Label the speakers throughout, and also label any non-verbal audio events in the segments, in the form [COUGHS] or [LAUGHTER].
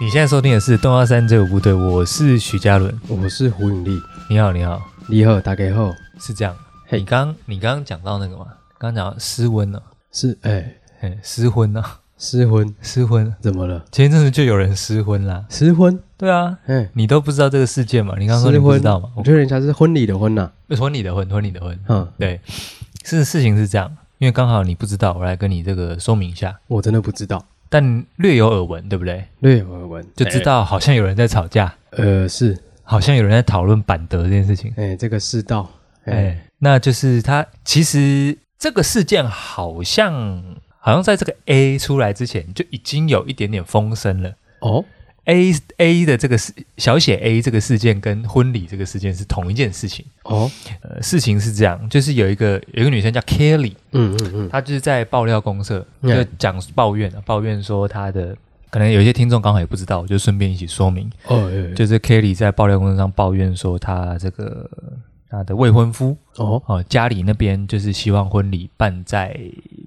Speaker 1: 你现在收听的是《动画三这个部队》，我是徐嘉伦。
Speaker 2: 我是胡永利，
Speaker 1: 你好，你好，
Speaker 2: 你好，大家好，
Speaker 1: 是这样。
Speaker 2: 嘿
Speaker 1: 你刚你刚刚讲到那个嘛，刚刚讲到失温了、
Speaker 2: 是哎，
Speaker 1: 嘿，失婚啊，
Speaker 2: 失婚
Speaker 1: [LAUGHS] 失婚。
Speaker 2: 怎么了？
Speaker 1: 前一阵子就有人失婚啦。
Speaker 2: 失婚，
Speaker 1: 对啊，
Speaker 2: 哎，
Speaker 1: 你都不知道这个事件嘛？你刚刚说你
Speaker 2: 失
Speaker 1: 不
Speaker 2: 婚
Speaker 1: 知道嘛？
Speaker 2: 我觉得人家是婚礼的婚呐，
Speaker 1: 我婚你的婚，婚你的婚。
Speaker 2: 嗯，
Speaker 1: 对，是事情是这样，因为刚好你不知道，我来跟你这个说明一下。
Speaker 2: 我真的不知道，
Speaker 1: 但略有耳闻，对不对？
Speaker 2: 略有耳闻，
Speaker 1: 就知道好像有人在吵架，
Speaker 2: 呃，是，
Speaker 1: 好像有人在讨论板德这件事情。
Speaker 2: 哎，这个世道，
Speaker 1: 哎、
Speaker 2: 哎，
Speaker 1: 那就是他其实这个事件好像好像在这个 A 出来之前就已经有一点点风声了。
Speaker 2: 哦，
Speaker 1: A A 的这个事小写 A 这个事件跟婚礼这个事件是同一件事情。
Speaker 2: 哦，
Speaker 1: 呃，事情是这样，就是有一个有一个女生叫 Kelly，
Speaker 2: 嗯嗯嗯，
Speaker 1: 她就是在爆料公社
Speaker 2: 嗯
Speaker 1: 就讲抱怨啊，抱怨说她的可能有些听众刚好也不知道，我就顺便一起说明，
Speaker 2: 哦，哎
Speaker 1: 就是 Kelly 在爆料公社上抱怨说她这个她的未婚夫
Speaker 2: 哦，
Speaker 1: 哦，家里那边就是希望婚礼办在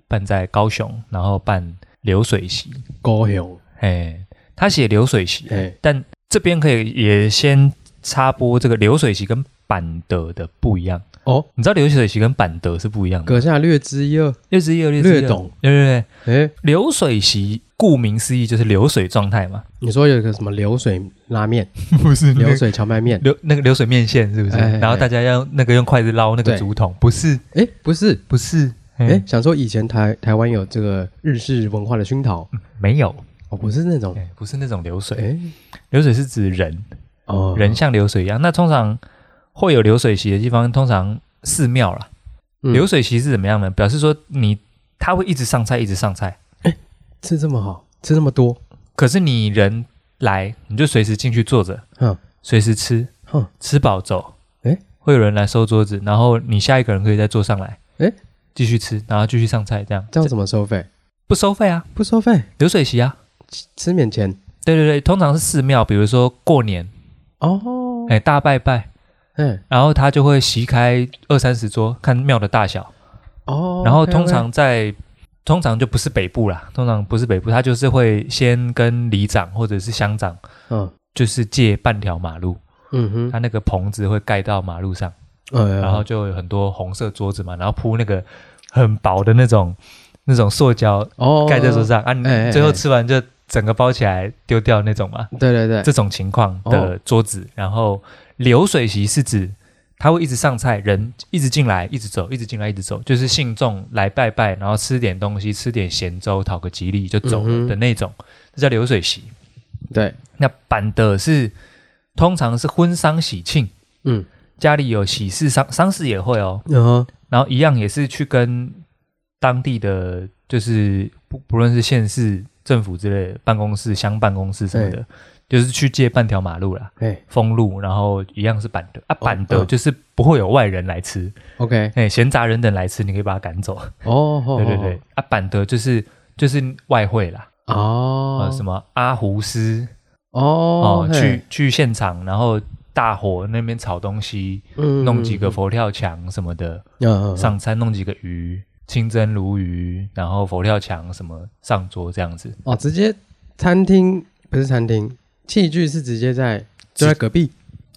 Speaker 1: 办在高雄，然后办流水席。
Speaker 2: 高雄，
Speaker 1: 哎，他写流水席，
Speaker 2: 哎，
Speaker 1: 但这边可以也先插播这个流水席跟板德的不一样。
Speaker 2: 哦，
Speaker 1: 你知道流水席跟板德是不一样的，
Speaker 2: 阁下略知一二，
Speaker 1: 略知一二，略知一二
Speaker 2: 略。懂，
Speaker 1: 对对对，
Speaker 2: 哎，
Speaker 1: 流水席顾名思义就是流水状态
Speaker 2: [LAUGHS]
Speaker 1: 嘛，
Speaker 2: 你说有一个什么流水
Speaker 1: [LAUGHS]
Speaker 2: 拉面，
Speaker 1: 不是
Speaker 2: 流水荞麦面，
Speaker 1: 流那个流水面线是不是？
Speaker 2: 哎哎
Speaker 1: 然后大家要那个用筷子捞那个
Speaker 2: 对
Speaker 1: 竹筒，不是
Speaker 2: 哎，不是。
Speaker 1: 不是，
Speaker 2: 哎
Speaker 1: 哎，，
Speaker 2: 想说以前台台湾有这个日式文化的熏陶，
Speaker 1: 没有，
Speaker 2: 哦，不是那种，
Speaker 1: 哎，不是那种流水。
Speaker 2: 哎，
Speaker 1: 流水是指人，
Speaker 2: 哦，
Speaker 1: 人像流水一样。那通常会有流水席的地方，通常寺庙啦。
Speaker 2: 嗯
Speaker 1: 流水席是怎么样呢？表示说你他会一直上菜，一直上菜。
Speaker 2: 吃这么好，吃这么多，
Speaker 1: 可是你人来，你就随时进去坐着，
Speaker 2: 嗯，
Speaker 1: 随时吃，
Speaker 2: 哼，
Speaker 1: 吃饱走。
Speaker 2: 诶
Speaker 1: 会有人来收桌子，然后你下一个人可以再坐上来，
Speaker 2: 诶
Speaker 1: 继续吃，然后继续上菜，这样
Speaker 2: 这样怎么收费？
Speaker 1: 不收费啊，
Speaker 2: 不收费，
Speaker 1: 流水席啊。
Speaker 2: 吃免钱
Speaker 1: 对对对，通常是寺庙，比如说过年，
Speaker 2: 哦。
Speaker 1: 哎，大拜拜，
Speaker 2: 哎，
Speaker 1: 然后他就会席开二三十桌，看庙的大小。
Speaker 2: 哦，
Speaker 1: 然后
Speaker 2: OK，OK
Speaker 1: 通常在通常就不是北部啦，通常不是北部，他就是会先跟里长或者是乡长，
Speaker 2: 嗯
Speaker 1: 就是借半条马路，
Speaker 2: 嗯
Speaker 1: 他
Speaker 2: 哼，
Speaker 1: 那个棚子会盖到马路上，
Speaker 2: 呃，
Speaker 1: 然后就有很多红色桌子嘛，然后铺那个很薄的那种那种塑胶
Speaker 2: 哦
Speaker 1: 盖在桌，上、啊，你
Speaker 2: 哎哎
Speaker 1: 最后吃完就整个包起来丢掉那种嘛，
Speaker 2: 对对对，
Speaker 1: 这种情况的桌子。然后流水席是指他会一直上菜，人一直进来，一直走，一直进来，一直走，就是信众来拜拜，然后吃点东西，吃点咸粥，讨个吉利就走
Speaker 2: 嗯
Speaker 1: 了
Speaker 2: 哼
Speaker 1: 的那种，这叫流水席。
Speaker 2: 对，
Speaker 1: 那板的是通常是婚丧喜庆，
Speaker 2: 嗯，
Speaker 1: 家里有喜事丧丧事也会哦，
Speaker 2: 然后
Speaker 1: 然后一样也是去跟当地的就是不不论是县市政府之类的办公室、乡办公室什么的，就是去借半条马路啦。
Speaker 2: 哎
Speaker 1: 封路，然后一样是板的啊，板的
Speaker 2: 嗯
Speaker 1: 就是不会有外人来吃，
Speaker 2: ，OK，
Speaker 1: 哎、闲杂人等来吃，你可以把他赶走。
Speaker 2: 哦，哦
Speaker 1: 对对对，，啊，板的就是就是外汇啦，
Speaker 2: 哦
Speaker 1: 呃，，什么阿胡斯
Speaker 2: 哦
Speaker 1: 哦，，去去现场，然后大伙那边炒东西，弄
Speaker 2: 弄
Speaker 1: 几个佛跳墙什么的，
Speaker 2: 嗯
Speaker 1: 上餐弄几个鱼，清蒸鲈鱼，然后佛跳墙什么上桌这样子，
Speaker 2: 哦，直接餐厅不是餐厅，器具是直接在就在隔壁，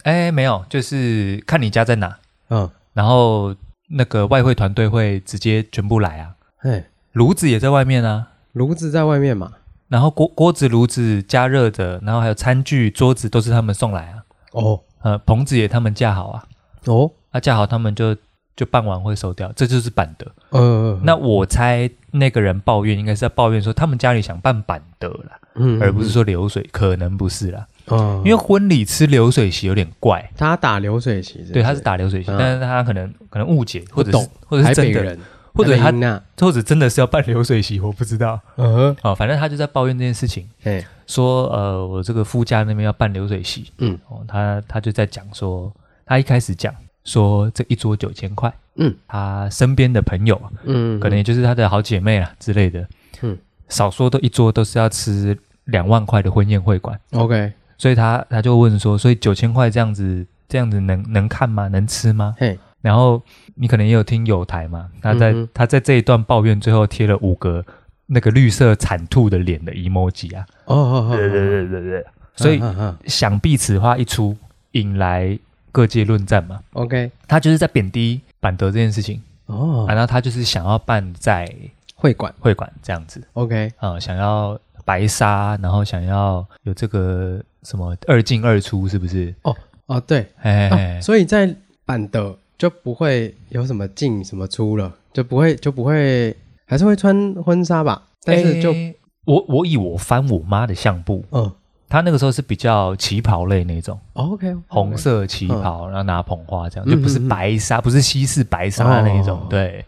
Speaker 1: 哎，没有，就是看你家在哪，
Speaker 2: 嗯，
Speaker 1: 然后那个外汇团队会直接全部来啊。
Speaker 2: 哎，
Speaker 1: 炉子也在外面啊，
Speaker 2: 炉子在外面嘛，
Speaker 1: 然后锅锅子、炉子加热的，然后还有餐具、桌子都是他们送来啊，
Speaker 2: 哦
Speaker 1: 呃，棚子也他们架好啊，
Speaker 2: 哦，
Speaker 1: 啊架好他们就就办完会收掉，这就是板德。
Speaker 2: 呃，
Speaker 1: 那我猜那个人抱怨应该是在抱怨说他们家里想办板德啦，
Speaker 2: 嗯
Speaker 1: 而不是，说流水，可能不是啦，
Speaker 2: 嗯，
Speaker 1: 因为婚礼吃流水席有点怪。
Speaker 2: 他打流水席，
Speaker 1: 对，他是打流水席，
Speaker 2: 嗯
Speaker 1: 但是他可能可能误解，或者
Speaker 2: 不
Speaker 1: 是
Speaker 2: 懂
Speaker 1: 或者是
Speaker 2: 台
Speaker 1: 真
Speaker 2: 北
Speaker 1: 的，
Speaker 2: 人，
Speaker 1: 或者他
Speaker 2: 台北音呐，
Speaker 1: 或者真的是要办流水席，我不知道。
Speaker 2: 嗯，
Speaker 1: 哦，反正他就在抱怨这件事情。
Speaker 2: 哎，
Speaker 1: 说呃，我这个夫家那边要办流水席，
Speaker 2: 嗯
Speaker 1: 哦，他他就在讲说，他一开始讲说这一桌九千块，
Speaker 2: 嗯，
Speaker 1: 他身边的朋友啊，
Speaker 2: 嗯，
Speaker 1: 可能也就是他的好姐妹啊之类的，
Speaker 2: 嗯，
Speaker 1: 少说都一桌都是要吃两万块的婚宴会馆，
Speaker 2: OK，
Speaker 1: 所以他他就问说，所以九千块这样子这样子能能看吗？能吃吗？
Speaker 2: 嘿，
Speaker 1: 然后你可能也有听友台嘛，他在、
Speaker 2: 嗯哼
Speaker 1: 他在这一段抱怨最后贴了五个那个绿色惨吐的脸的 emoji 啊，
Speaker 2: 哦哦哦，啊
Speaker 1: 对对对对对，所
Speaker 2: 嗯
Speaker 1: 以想必此话一出，引来各界论战嘛。
Speaker 2: OK，
Speaker 1: 他就是在贬低板德这件事情，
Speaker 2: 哦
Speaker 1: 啊，，然后他就是想要办在
Speaker 2: 会馆
Speaker 1: 会馆这样子，
Speaker 2: OK，
Speaker 1: 啊、想要白沙，然后想要有这个什么二进二出，是不是？
Speaker 2: 哦对，
Speaker 1: 哎、
Speaker 2: 啊所以在板的就不会有什么进什么出了，就不会就不会，还是会穿婚纱吧，但是就
Speaker 1: 哎我我以我翻我妈的相簿，
Speaker 2: 嗯
Speaker 1: 她那个时候是比较旗袍类那种，
Speaker 2: 哦，OK，
Speaker 1: 红色旗袍，然后拿捧花这样，就不是
Speaker 2: 嗯嗯嗯嗯
Speaker 1: 白纱，不是西式白纱那一种，
Speaker 2: 哦
Speaker 1: 对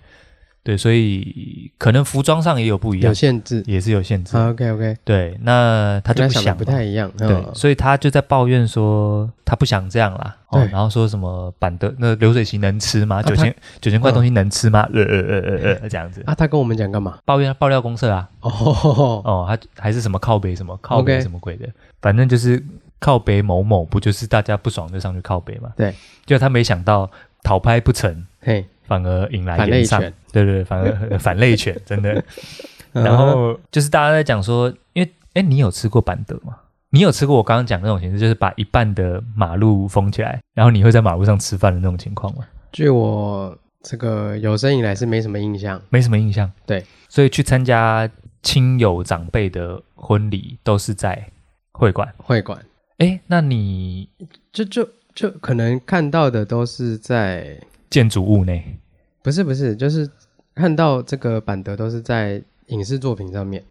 Speaker 1: 对，所以可能服装上也有不一样
Speaker 2: 有，限制
Speaker 1: 也是有限制。
Speaker 2: ，OK OK，
Speaker 1: 对，那他就
Speaker 2: 跟
Speaker 1: 不
Speaker 2: 啊他想的
Speaker 1: 想
Speaker 2: 不
Speaker 1: 嘛
Speaker 2: 太一样，
Speaker 1: 对，
Speaker 2: 嗯
Speaker 1: 所以他就在抱怨说他不想这样啦，哦，
Speaker 2: 对
Speaker 1: 然后说什么板的那流水席能吃吗？
Speaker 2: 啊嗯
Speaker 1: 九千九千块东西能吃吗？呃呃呃呃呃这样子
Speaker 2: 啊，他跟我们讲干嘛？
Speaker 1: 抱怨爆料公社啊，
Speaker 2: 哦，
Speaker 1: 哦，他还是什么靠北什么靠北
Speaker 2: OK
Speaker 1: 什么鬼的，反正就是靠北某某，不就是大家不爽就上去靠北嘛？
Speaker 2: 对，
Speaker 1: 就他没想到讨拍不成，
Speaker 2: 嘿，
Speaker 1: 反而引来
Speaker 2: 反
Speaker 1: 延
Speaker 2: 类
Speaker 1: 上
Speaker 2: 犬，
Speaker 1: 对对，对反而 [LAUGHS] 反类犬，真的。 [LAUGHS] 然
Speaker 2: 呃
Speaker 1: 后就是大家在讲说，因为哎，你有吃过板德吗？你有吃过我刚刚讲那种形式，就是把一半的马路封起来，然后你会在马路上吃饭的那种情况吗？
Speaker 2: 据我这个有生以来是没什么印象，
Speaker 1: 没什么印象。
Speaker 2: 对，
Speaker 1: 所以去参加亲友长辈的婚礼都是在会馆。
Speaker 2: 会馆
Speaker 1: 哎，那你
Speaker 2: 就就就可能看到的都是在，
Speaker 1: 建筑物内
Speaker 2: 不是不是，就是看到这个板德都是在影视作品上面，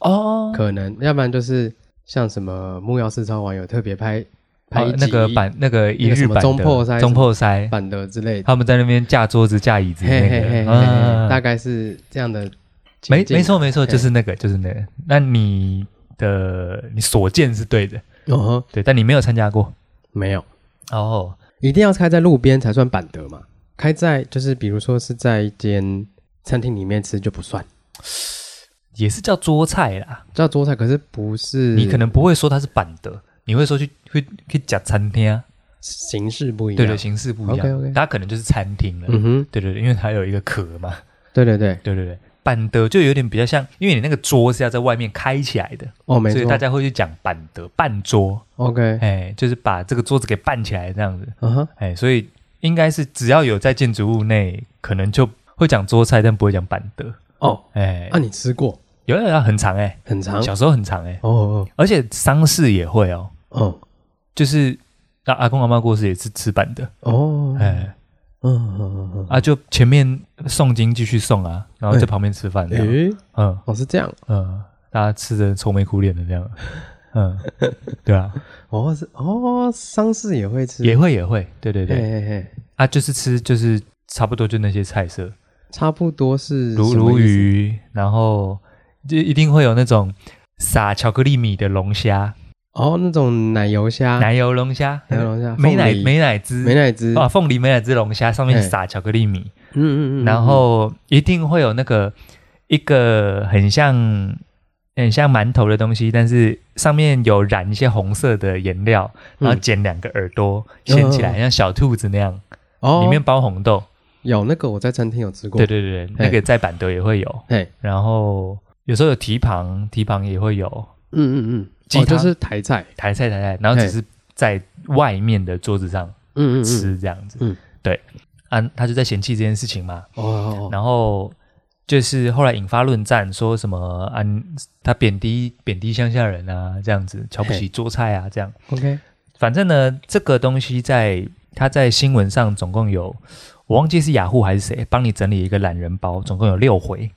Speaker 1: 哦
Speaker 2: 可能要不然就是像什么木曜四超玩有特别拍拍一
Speaker 1: 哦
Speaker 2: 集
Speaker 1: 那个板那个一
Speaker 2: 那个
Speaker 1: 日
Speaker 2: 什么
Speaker 1: 版的
Speaker 2: 中破塞
Speaker 1: 中
Speaker 2: 什么
Speaker 1: 破塞，
Speaker 2: 板德之类的，
Speaker 1: 他们在那边架桌子架椅子
Speaker 2: 嘿
Speaker 1: 那
Speaker 2: 嘿嘿嘿
Speaker 1: 个，
Speaker 2: 嘿，
Speaker 1: 啊
Speaker 2: 嘿大概是这样的情
Speaker 1: 没
Speaker 2: 境。啊
Speaker 1: 没错没错，
Speaker 2: 嘿
Speaker 1: 就是那个就是那个。那你的你所见是对的，
Speaker 2: 哦呵，
Speaker 1: 对，但你没有参加过
Speaker 2: 没有，
Speaker 1: 哦。
Speaker 2: 一定要开在路边才算板德嘛，开在就是比如说是在一间餐厅里面吃就不算。
Speaker 1: 也是叫桌菜啦，
Speaker 2: 叫桌菜，可是不是
Speaker 1: 你可能不会说它是板的，你会说去去去讲餐厅啊，
Speaker 2: 形式不一样。
Speaker 1: 对对，形式不一
Speaker 2: OK，OK
Speaker 1: 样，它可能就是餐厅了，
Speaker 2: 嗯哼，
Speaker 1: 对对对，因为它有一个壳嘛，
Speaker 2: 对对对，
Speaker 1: 对对对，板的就有点比较像，因为你那个桌是要在外面开起来的，
Speaker 2: 哦，没
Speaker 1: 所以
Speaker 2: 错，
Speaker 1: 大家会去讲板的半桌，
Speaker 2: OK，
Speaker 1: 哎，就是把这个桌子给办起来这样子，
Speaker 2: 嗯哼，
Speaker 1: 哎，所以应该是只要有在建筑物内，可能就会讲桌菜，但不会讲板德。
Speaker 2: 哦，
Speaker 1: 哎，
Speaker 2: 啊，你吃过
Speaker 1: 有有有，很长哎、
Speaker 2: 很长哦
Speaker 1: 小时候很长哎、
Speaker 2: 哦
Speaker 1: 而且丧事也会哦，
Speaker 2: 哦
Speaker 1: 就是啊阿公阿妈过世也是吃板的，
Speaker 2: 哦，嗯
Speaker 1: 哎、
Speaker 2: 嗯嗯嗯，
Speaker 1: 啊就前面诵经继续诵啊，然后在旁边吃饭这样，
Speaker 2: 哎诶，
Speaker 1: 嗯
Speaker 2: 哦是这样，
Speaker 1: 嗯，大家吃的愁眉苦脸的这样，嗯，对
Speaker 2: [LAUGHS]
Speaker 1: 啊，
Speaker 2: 哦是哦，丧事也会吃，
Speaker 1: 也会也会，对对
Speaker 2: 嘿
Speaker 1: 对，
Speaker 2: 嘿嘿，
Speaker 1: 啊就是吃就是差不多就那些菜色，
Speaker 2: 差不多是
Speaker 1: 鲈
Speaker 2: 什么
Speaker 1: 鲈
Speaker 2: 意思，
Speaker 1: 鱼，然后就一定会有那种撒巧克力米的龙虾，
Speaker 2: 哦那种奶油虾，
Speaker 1: 奶油龙虾，
Speaker 2: 啊奶油龙虾，
Speaker 1: 美奶
Speaker 2: 凤梨
Speaker 1: 美奶汁，
Speaker 2: 美奶汁，
Speaker 1: 啊，凤梨美奶汁龙虾上面
Speaker 2: 嘿
Speaker 1: 撒巧克力米，
Speaker 2: 嗯嗯嗯，
Speaker 1: 然后一定会有那个一个很像很像馒头的东西，但是上面有染一些红色的颜料，然后
Speaker 2: 嗯
Speaker 1: 剪两个耳朵掀起来，像小兔子那样，
Speaker 2: 哦
Speaker 1: 里面包红豆。
Speaker 2: 有那个我在餐厅有吃过，
Speaker 1: 对对对，对那个在板德也会有，
Speaker 2: 嘿，
Speaker 1: 然后有时候有蹄膀，蹄膀也会有。
Speaker 2: 嗯嗯嗯，
Speaker 1: 鸡
Speaker 2: 哦就
Speaker 1: 汤
Speaker 2: 是台菜，
Speaker 1: 台菜台菜，然后只
Speaker 2: 嘿
Speaker 1: 是在外面的桌子上
Speaker 2: 嗯嗯嗯，
Speaker 1: 吃这样子。
Speaker 2: 嗯
Speaker 1: 对，啊，他就在嫌弃这件事情嘛，
Speaker 2: 哦哦哦，
Speaker 1: 然后就是后来引发论战，说什么啊，你他贬低贬低乡下人啊，这样子瞧不起桌菜啊，这样。
Speaker 2: OK，
Speaker 1: 反正呢，这个东西在他在新闻上总共有，我忘记是雅虎还是谁帮你整理一个懒人包，总共有六
Speaker 2: [LAUGHS]
Speaker 1: 回，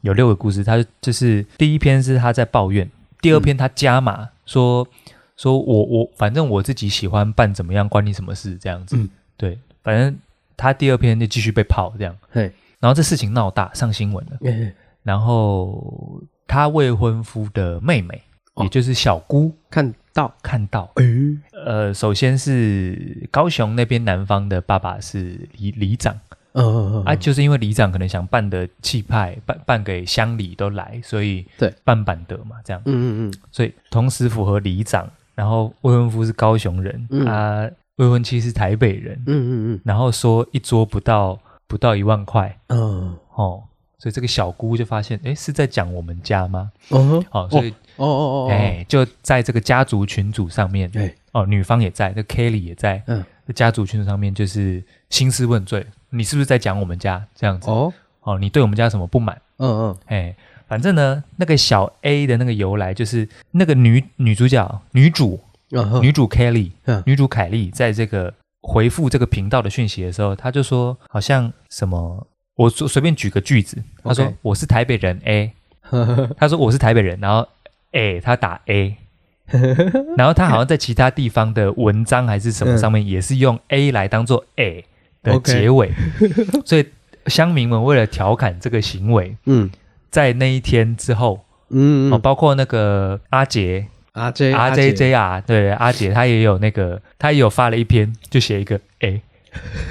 Speaker 1: 有六个故事。他就是第一篇是他在抱怨，第二篇他加码、
Speaker 2: 嗯
Speaker 1: 说说我我反正我自己喜欢办怎么样，关你什么事这样子。
Speaker 2: 嗯
Speaker 1: 对，反正他第二篇就继续被泡这样，
Speaker 2: 嘿，
Speaker 1: 然后这事情闹大上新闻了，
Speaker 2: 嘿嘿
Speaker 1: 然后他未婚夫的妹妹，
Speaker 2: 哦
Speaker 1: 也就是小姑
Speaker 2: 看到，
Speaker 1: 看到。
Speaker 2: 哎，
Speaker 1: 呃，首先是高雄那边南方的爸爸是里里长、
Speaker 2: 嗯嗯嗯
Speaker 1: 啊，，就是因为里长可能想办的气派，办办给乡里都来，所以
Speaker 2: 对
Speaker 1: 办板德嘛，这样，
Speaker 2: 嗯嗯嗯，
Speaker 1: 所以同时符合里长，然后未婚夫是高雄人，
Speaker 2: 嗯
Speaker 1: 啊，未婚妻是台北人，
Speaker 2: 嗯嗯
Speaker 1: 然后说一桌不到不到一万块
Speaker 2: 嗯，嗯，
Speaker 1: 哦，所以这个小姑就发现，哎，是在讲我们家吗？
Speaker 2: 哦
Speaker 1: 好、所以
Speaker 2: 哦哦哦，
Speaker 1: 哎、就在这个家族群组上面，
Speaker 2: 哎
Speaker 1: 哦，女方也在，那 Kelly 也在，
Speaker 2: 嗯
Speaker 1: 在家族群组上面就是兴师问罪，你是不是在讲我们家这样子？
Speaker 2: 哦，
Speaker 1: 哦，你对我们家有什么不满？
Speaker 2: 嗯嗯
Speaker 1: 哎，反正呢，那个小 A 的那个由来就是那个女女主角女主
Speaker 2: 嗯哼，
Speaker 1: 女主 Kelly
Speaker 2: 嗯
Speaker 1: 女主凯莉在这个回复这个频道的讯息的时候，她就说好像什么，我随随便举个句子，她说
Speaker 2: OK
Speaker 1: 我是台北人 A，
Speaker 2: 呵呵
Speaker 1: 她说我是台北人，然后 A 她打
Speaker 2: [LAUGHS]
Speaker 1: A。然后她好像在其他地方的文章还是什么
Speaker 2: 嗯
Speaker 1: 上面，也是用 A 来当做 A 的
Speaker 2: OK
Speaker 1: 结尾所以乡民们为了调侃这个行为，
Speaker 2: 嗯
Speaker 1: 在那一天之后，
Speaker 2: 嗯
Speaker 1: 哦，包括那个阿杰
Speaker 2: ，R J
Speaker 1: R J J R，对阿杰他也有那个，他也有发了一篇，就写一个
Speaker 2: [LAUGHS]
Speaker 1: 哎，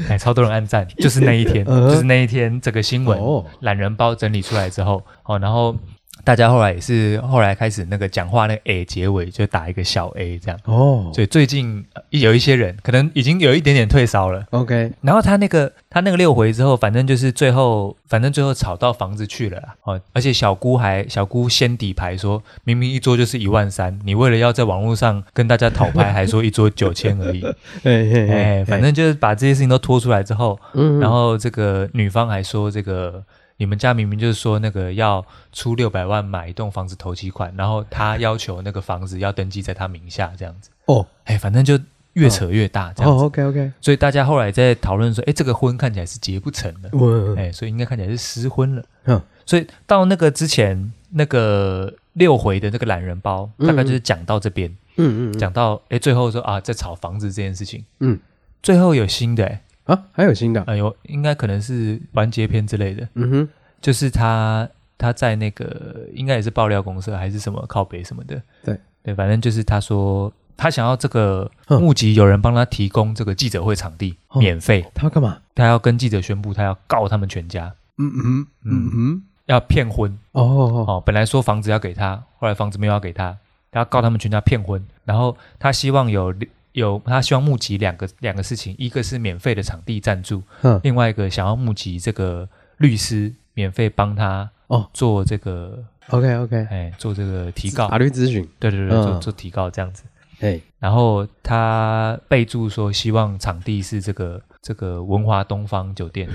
Speaker 1: 哎，超多人按赞，就是那一天，
Speaker 2: 嗯
Speaker 1: 就是那一天整个新闻
Speaker 2: 哦
Speaker 1: 懒人包整理出来之后，哦，然后大家后来也是后来开始那个讲话那个 A 结尾就打一个小 A 这样，
Speaker 2: 哦
Speaker 1: 所以最近呃有一些人可能已经有一点点退烧了。
Speaker 2: ，OK，
Speaker 1: 然后他那个他那个六回之后，反正就是最后，反正最后吵到房子去了啦。哦，而且小姑还小姑先底牌说，明明一桌就是一万三，你为了要在网络上跟大家讨拍，还说一桌九千而已。
Speaker 2: 哎 [LAUGHS] 嘿
Speaker 1: 哎，反正就是把这些事情都拖出来之后，
Speaker 2: 嗯，
Speaker 1: 然后这个女方还说这个。你们家明明就是说那个要出六百万买一栋房子投期款，然后他要求那个房子要登记在他名下这样子，
Speaker 2: 哦
Speaker 1: 哎，反正就越扯越大这样子。
Speaker 2: 哦，OK OK，
Speaker 1: 所以大家后来在讨论说，哎，这个婚看起来是结不成的，
Speaker 2: 我
Speaker 1: 哎，所以应该看起来是失婚了。
Speaker 2: 嗯
Speaker 1: 所以到那个之前，那个六回的那个懒人包，
Speaker 2: 嗯
Speaker 1: 大概就是讲到这边，
Speaker 2: 嗯嗯
Speaker 1: 讲到哎，最后说啊，在炒房子这件事情，
Speaker 2: 嗯
Speaker 1: 最后有新的，哎
Speaker 2: 啊，还有新的，
Speaker 1: 哎呦，应该可能是完结篇之类的，
Speaker 2: 嗯哼，
Speaker 1: 就是他他在那个应该也是爆料公社还是什么靠北什么的，
Speaker 2: 对
Speaker 1: 对，反正就是他说他想要这个
Speaker 2: 哼
Speaker 1: 募集有人帮他提供这个记者会场地
Speaker 2: 哦
Speaker 1: 免费。
Speaker 2: 他要干嘛？
Speaker 1: 他要跟记者宣布，他要告他们全家，
Speaker 2: 嗯嗯嗯嗯，
Speaker 1: 要骗婚
Speaker 2: 哦哦
Speaker 1: 哦。本来说房子要给他，后来房子没有要给他，他要告他们全家骗婚。然后他希望有有他希望募集两个两个事情，一个是免费的场地赞助，
Speaker 2: 哦，
Speaker 1: 另外一个想要募集这个律师免费帮他
Speaker 2: 哦
Speaker 1: 做这个
Speaker 2: OK OK，
Speaker 1: 哎做这个提告
Speaker 2: 法，律咨询，
Speaker 1: 对对对，做
Speaker 2: 啊嗯
Speaker 1: 做提告这样子。
Speaker 2: 哎
Speaker 1: 然后他备注说，希望场地是这个这个文华东方酒
Speaker 2: [LAUGHS]
Speaker 1: 店，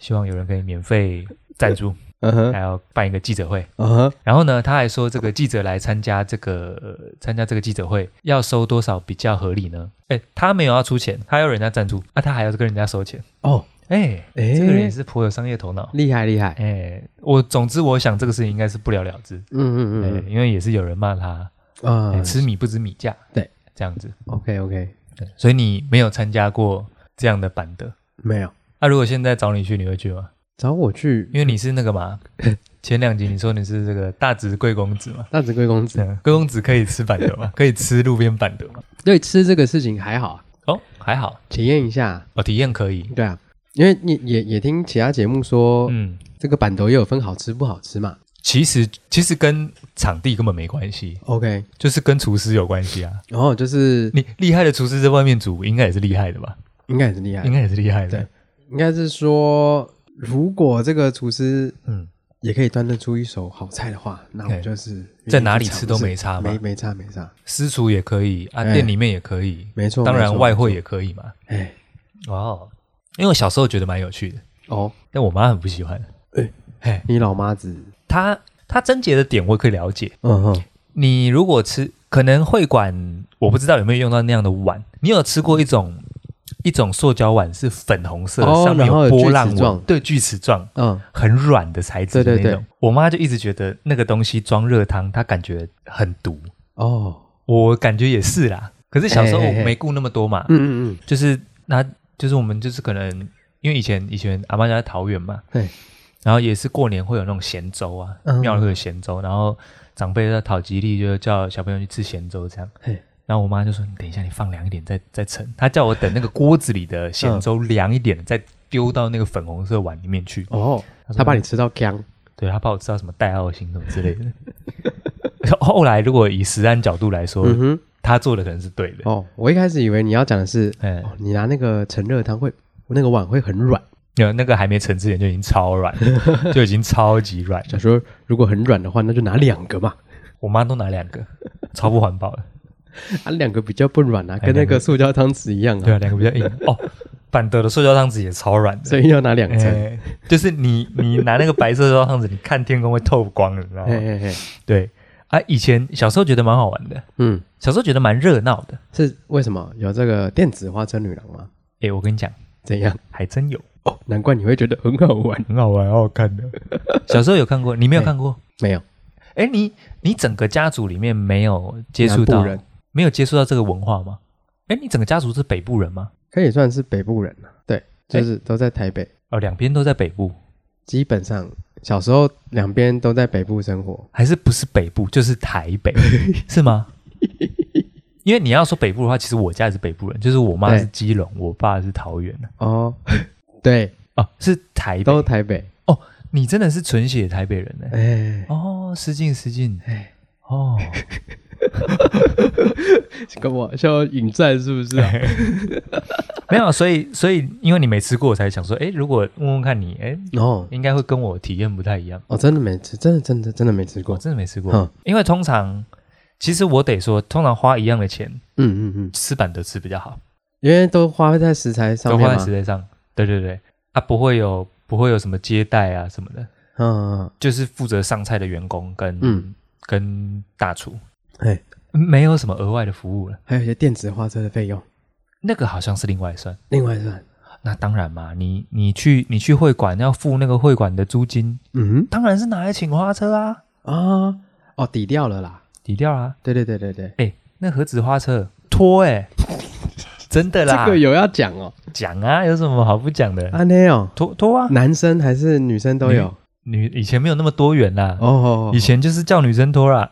Speaker 1: 希望有人可以免费赞
Speaker 2: [LAUGHS]
Speaker 1: 助，
Speaker 2: 嗯
Speaker 1: 还
Speaker 2: 哼
Speaker 1: 要办一个记者会。
Speaker 2: 嗯哼，
Speaker 1: 然后呢，他还说，这个记者来参加这个、呃参加这个记者会，要收多少比较合理呢？哎，他没有要出钱，他要人家赞助，啊那、他还要跟人家收钱。
Speaker 2: 哦，
Speaker 1: 哎，
Speaker 2: 哎
Speaker 1: 这个人也是颇有商业头脑。
Speaker 2: 厉害厉害，
Speaker 1: 哎，我总之我想这个事情应该是不了了之，
Speaker 2: 嗯
Speaker 1: 哎
Speaker 2: 嗯，
Speaker 1: 因为也是有人骂他、
Speaker 2: 嗯
Speaker 1: 哎
Speaker 2: 啊
Speaker 1: 吃米不知米价，
Speaker 2: 对，
Speaker 1: 这样子。
Speaker 2: ，OK OK，
Speaker 1: 所以你没有参加过这样的版的。
Speaker 2: 没有
Speaker 1: 那、如果现在找你去，你会去吗？
Speaker 2: 找我去
Speaker 1: 因为你是那个
Speaker 2: [LAUGHS]
Speaker 1: 嘛，前两集你说你是这个大直贵公子嘛，
Speaker 2: 大子贵公子
Speaker 1: 对，啊贵公子可以吃板德
Speaker 2: [LAUGHS]
Speaker 1: 嘛，可以吃路边板德嘛。
Speaker 2: 对吃这个事情还好啊，
Speaker 1: 哦，还好，
Speaker 2: 体验一下，
Speaker 1: 哦，体验可以。
Speaker 2: 对啊，因为你也也听其他节目说，
Speaker 1: 嗯，
Speaker 2: 这个板头也有分好吃不好吃嘛。
Speaker 1: 其实其实跟场地根本没关系，
Speaker 2: OK，
Speaker 1: 就是跟厨师有关系啊。
Speaker 2: 然后就是
Speaker 1: 你厉害的厨师在外面煮，应该也是厉害的吧？
Speaker 2: 应该也是厉害
Speaker 1: 应，该也是厉害的
Speaker 2: 哎对。应该是说，如果这个厨师
Speaker 1: 嗯，
Speaker 2: 也可以端得出一手好菜的话，那我就是
Speaker 1: 在哪里吃都没差嘛
Speaker 2: 没没差没差，
Speaker 1: 私厨也可以啊，
Speaker 2: 哎
Speaker 1: 店里面也可以，
Speaker 2: 没错。
Speaker 1: 当
Speaker 2: 没
Speaker 1: 然
Speaker 2: 错
Speaker 1: 外汇，也可以嘛。
Speaker 2: 哎，
Speaker 1: 哦，因为我小时候觉得蛮有趣的，
Speaker 2: 哦，
Speaker 1: 但我妈很不喜欢。
Speaker 2: 哎
Speaker 1: 哎，
Speaker 2: 你老妈子，
Speaker 1: 她她症结的点我可以了解。
Speaker 2: 嗯哼，
Speaker 1: 你如果吃，可能会馆我不知道有没有用到那样的碗。你有吃过一种一种塑胶碗是粉红色，
Speaker 2: 哦
Speaker 1: 上面
Speaker 2: 然后有
Speaker 1: 波
Speaker 2: 锯齿
Speaker 1: 浪纹
Speaker 2: 状，
Speaker 1: 对，锯齿状，
Speaker 2: 嗯，
Speaker 1: 很软的材质的
Speaker 2: 对
Speaker 1: 那
Speaker 2: 对
Speaker 1: 种。我妈就一直觉得那个东西装热汤，她感觉很毒。
Speaker 2: 哦，
Speaker 1: 我感觉也是啦，可是小时候
Speaker 2: 哎哎哎
Speaker 1: 没顾那么多嘛，
Speaker 2: 嗯嗯
Speaker 1: 就是那就是我们就是可能因为以前以前阿妈家在桃园嘛，
Speaker 2: 对，
Speaker 1: 然后也是过年会有那种咸粥啊，
Speaker 2: 嗯
Speaker 1: 庙里会有咸粥，然后长辈在讨吉利，就叫小朋友去吃咸粥这样
Speaker 2: 嘿。
Speaker 1: 然后我妈就说：“你等一下，你放凉一点再再盛。”她叫我等那个锅子里的咸粥凉一点，再丢到那个粉红色碗里面去。
Speaker 2: 嗯，哦
Speaker 1: 她，说
Speaker 2: 他把你吃到僵，
Speaker 1: 对她怕我吃到什么带奥星什么之类的。 [LAUGHS] 后来如果以实案角度来说，
Speaker 2: 嗯哼，
Speaker 1: 她做的可能是对的。
Speaker 2: 哦，我一开始以为你要讲的是，
Speaker 1: 哎
Speaker 2: 哦，你拿那个盛热汤会，那个碗会很软，
Speaker 1: 有那个还没成之前就已经超软了，就已经超级软了。
Speaker 2: 想说如果很软的话，那就拿两个嘛， [LAUGHS]
Speaker 1: 我妈都拿两个，超不环保的。
Speaker 2: 啊，两个比较不软啊，
Speaker 1: 哎
Speaker 2: 跟那
Speaker 1: 两
Speaker 2: 个
Speaker 1: 个
Speaker 2: 塑胶汤匙一样
Speaker 1: 对
Speaker 2: 啊，
Speaker 1: 啊，两个比较 [LAUGHS] 硬。哦，板德的塑胶汤子也超软的，
Speaker 2: 所以要拿两层。
Speaker 1: 哎就是你你拿那个白色塑胶汤子，你看天空会透光的，你知道
Speaker 2: 嘿
Speaker 1: 吗？
Speaker 2: 嘿嘿，
Speaker 1: 对啊，以前小时候觉得蛮好玩的，
Speaker 2: 嗯，
Speaker 1: 小时候觉得蛮热闹的。
Speaker 2: 是为什么有这个电子花车女郎吗？
Speaker 1: 哎，我跟你讲，
Speaker 2: 怎样？
Speaker 1: 还真有，
Speaker 2: 哦，难怪你会觉得很好玩。
Speaker 1: 很好玩，好好看的。 [LAUGHS] 小时候有看过，你没有看过？
Speaker 2: 没有，
Speaker 1: 哎，你你整个家族里面没有接触
Speaker 2: 南
Speaker 1: 到
Speaker 2: 部人
Speaker 1: 没有接触到这个文化吗？哎，你整个家族是北部人吗？
Speaker 2: 可以算是北部人了、对，就是都在台北，
Speaker 1: 哦，两边都在北部，
Speaker 2: 基本上小时候两边都在北部生活。
Speaker 1: 还是不是北部就是台
Speaker 2: [LAUGHS]
Speaker 1: 北，是吗？因为你要说北部的话，其实我家也是北部人，就是我妈
Speaker 2: 对
Speaker 1: 是基隆，我爸是桃园的
Speaker 2: 哦， [LAUGHS] 对，
Speaker 1: 哦，是台北。
Speaker 2: 都台北。
Speaker 1: 你真的是纯血台北人呢、
Speaker 2: 哎，
Speaker 1: 哦，失敬失敬。
Speaker 2: 哎
Speaker 1: 哦，
Speaker 2: 跟我笑引战是不是啊？
Speaker 1: 没有，所以所以因为你没吃过，我才想说，哎，如果问问看你，哎，
Speaker 2: [LAUGHS] 哦，
Speaker 1: 应该会跟我体验不太一样。
Speaker 2: 我真的没吃，真的真的真的没吃
Speaker 1: 我
Speaker 2: 过。
Speaker 1: 真的没吃过
Speaker 2: 哼，
Speaker 1: 因为通常其实我得说，通常花一样的钱
Speaker 2: 嗯嗯嗯，
Speaker 1: 吃板德吃比较好，
Speaker 2: 因为都花费在食材上
Speaker 1: 都
Speaker 2: 面
Speaker 1: 花
Speaker 2: 嘛。
Speaker 1: 在食材上。对对对，啊，不会有不会有什么接待啊什么的。
Speaker 2: 嗯，嗯
Speaker 1: 就是负责上菜的员工跟、
Speaker 2: 嗯
Speaker 1: 跟大厨，
Speaker 2: 嗯哎，
Speaker 1: 没有什么额外的服务了。
Speaker 2: 还有一些电子花车的费用，
Speaker 1: 那个好像是另外算。
Speaker 2: 另外算。
Speaker 1: 那当然嘛，你你去你去会馆要付那个会馆的租金，
Speaker 2: 嗯
Speaker 1: 当然是拿来请花车啊，
Speaker 2: 啊，哦，抵掉了啦。
Speaker 1: 抵掉啊。
Speaker 2: 对对对对对，
Speaker 1: 哎，那何止花车拖
Speaker 2: [LAUGHS]
Speaker 1: 哎、真的
Speaker 2: 这
Speaker 1: 啦，
Speaker 2: 个有要讲哦。
Speaker 1: 讲啊，有什么好不讲的？
Speaker 2: 啊，那哦，
Speaker 1: 拖拖啊，
Speaker 2: 男生还是女生都有。
Speaker 1: 女以前没有那么多元啦，
Speaker 2: 哦，
Speaker 1: 以前就是叫女生拖啦，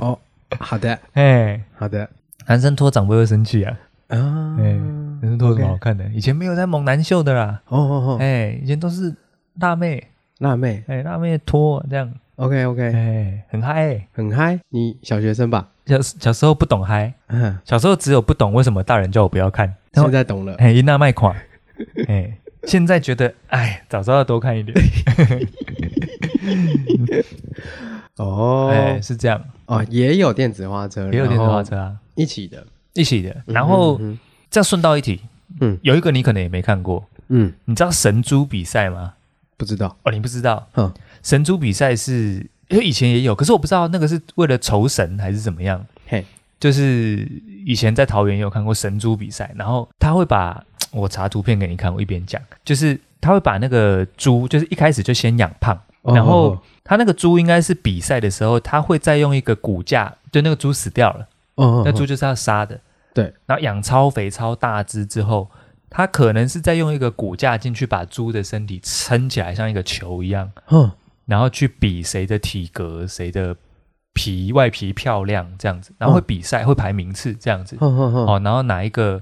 Speaker 2: 哦，好的
Speaker 1: 哎，
Speaker 2: 好的
Speaker 1: 男生拖长辈会生气啊，
Speaker 2: 啊，
Speaker 1: 哎男生拖有什么
Speaker 2: OK
Speaker 1: 好看的？以前没有在猛男秀的啦。
Speaker 2: 哦哦哦，
Speaker 1: 哎、以前都是辣妹，
Speaker 2: 辣妹
Speaker 1: 哎、辣妹拖这样，
Speaker 2: ，OK OK，
Speaker 1: 哎、很嗨、欸。
Speaker 2: 很嗨，你小学生吧？
Speaker 1: 小小时候不懂嗨，
Speaker 2: 嗯，
Speaker 1: 小时候只有不懂为什么大人叫我不要看，然后
Speaker 2: [LAUGHS] 现在懂了。
Speaker 1: 哎，一那卖款，哎、现在觉得哎，早知道多看一点，
Speaker 2: 哦
Speaker 1: 哎、是这样，
Speaker 2: 哦，也有电子花车，
Speaker 1: 也有电动
Speaker 2: 花
Speaker 1: 花车啊，
Speaker 2: 一起的。
Speaker 1: 一起的。然后、
Speaker 2: 嗯
Speaker 1: 这样顺道一提，
Speaker 2: 嗯
Speaker 1: 有一个你可能也没看过，
Speaker 2: 嗯，
Speaker 1: 你知道神猪比赛吗？
Speaker 2: 不知道。
Speaker 1: 哦，你不知道，
Speaker 2: 哼，
Speaker 1: 神猪比赛是因为以前也有，可是我不知道那个是为了酬神还是怎么样。
Speaker 2: 嘿，
Speaker 1: 就是以前在桃园也有看过神猪比赛，然后他会把我查图片给你看，我一边讲，就是他会把那个猪，就是一开始就先养胖，
Speaker 2: 哦
Speaker 1: 然后
Speaker 2: 哦
Speaker 1: 他那个猪应该是比赛的时候，他会再用一个骨架，就那个猪死掉了，
Speaker 2: 哦，
Speaker 1: 那猪就是要杀的，
Speaker 2: 对，
Speaker 1: 然后养超肥超大只之后。他可能是在用一个骨架进去把猪的身体撑起来，像一个球一样，
Speaker 2: 哦，
Speaker 1: 然后去比谁的体格、谁的皮外皮漂亮这样子，然后会比赛、会排名次这样子。
Speaker 2: 哦哦
Speaker 1: 哦，然后哪一个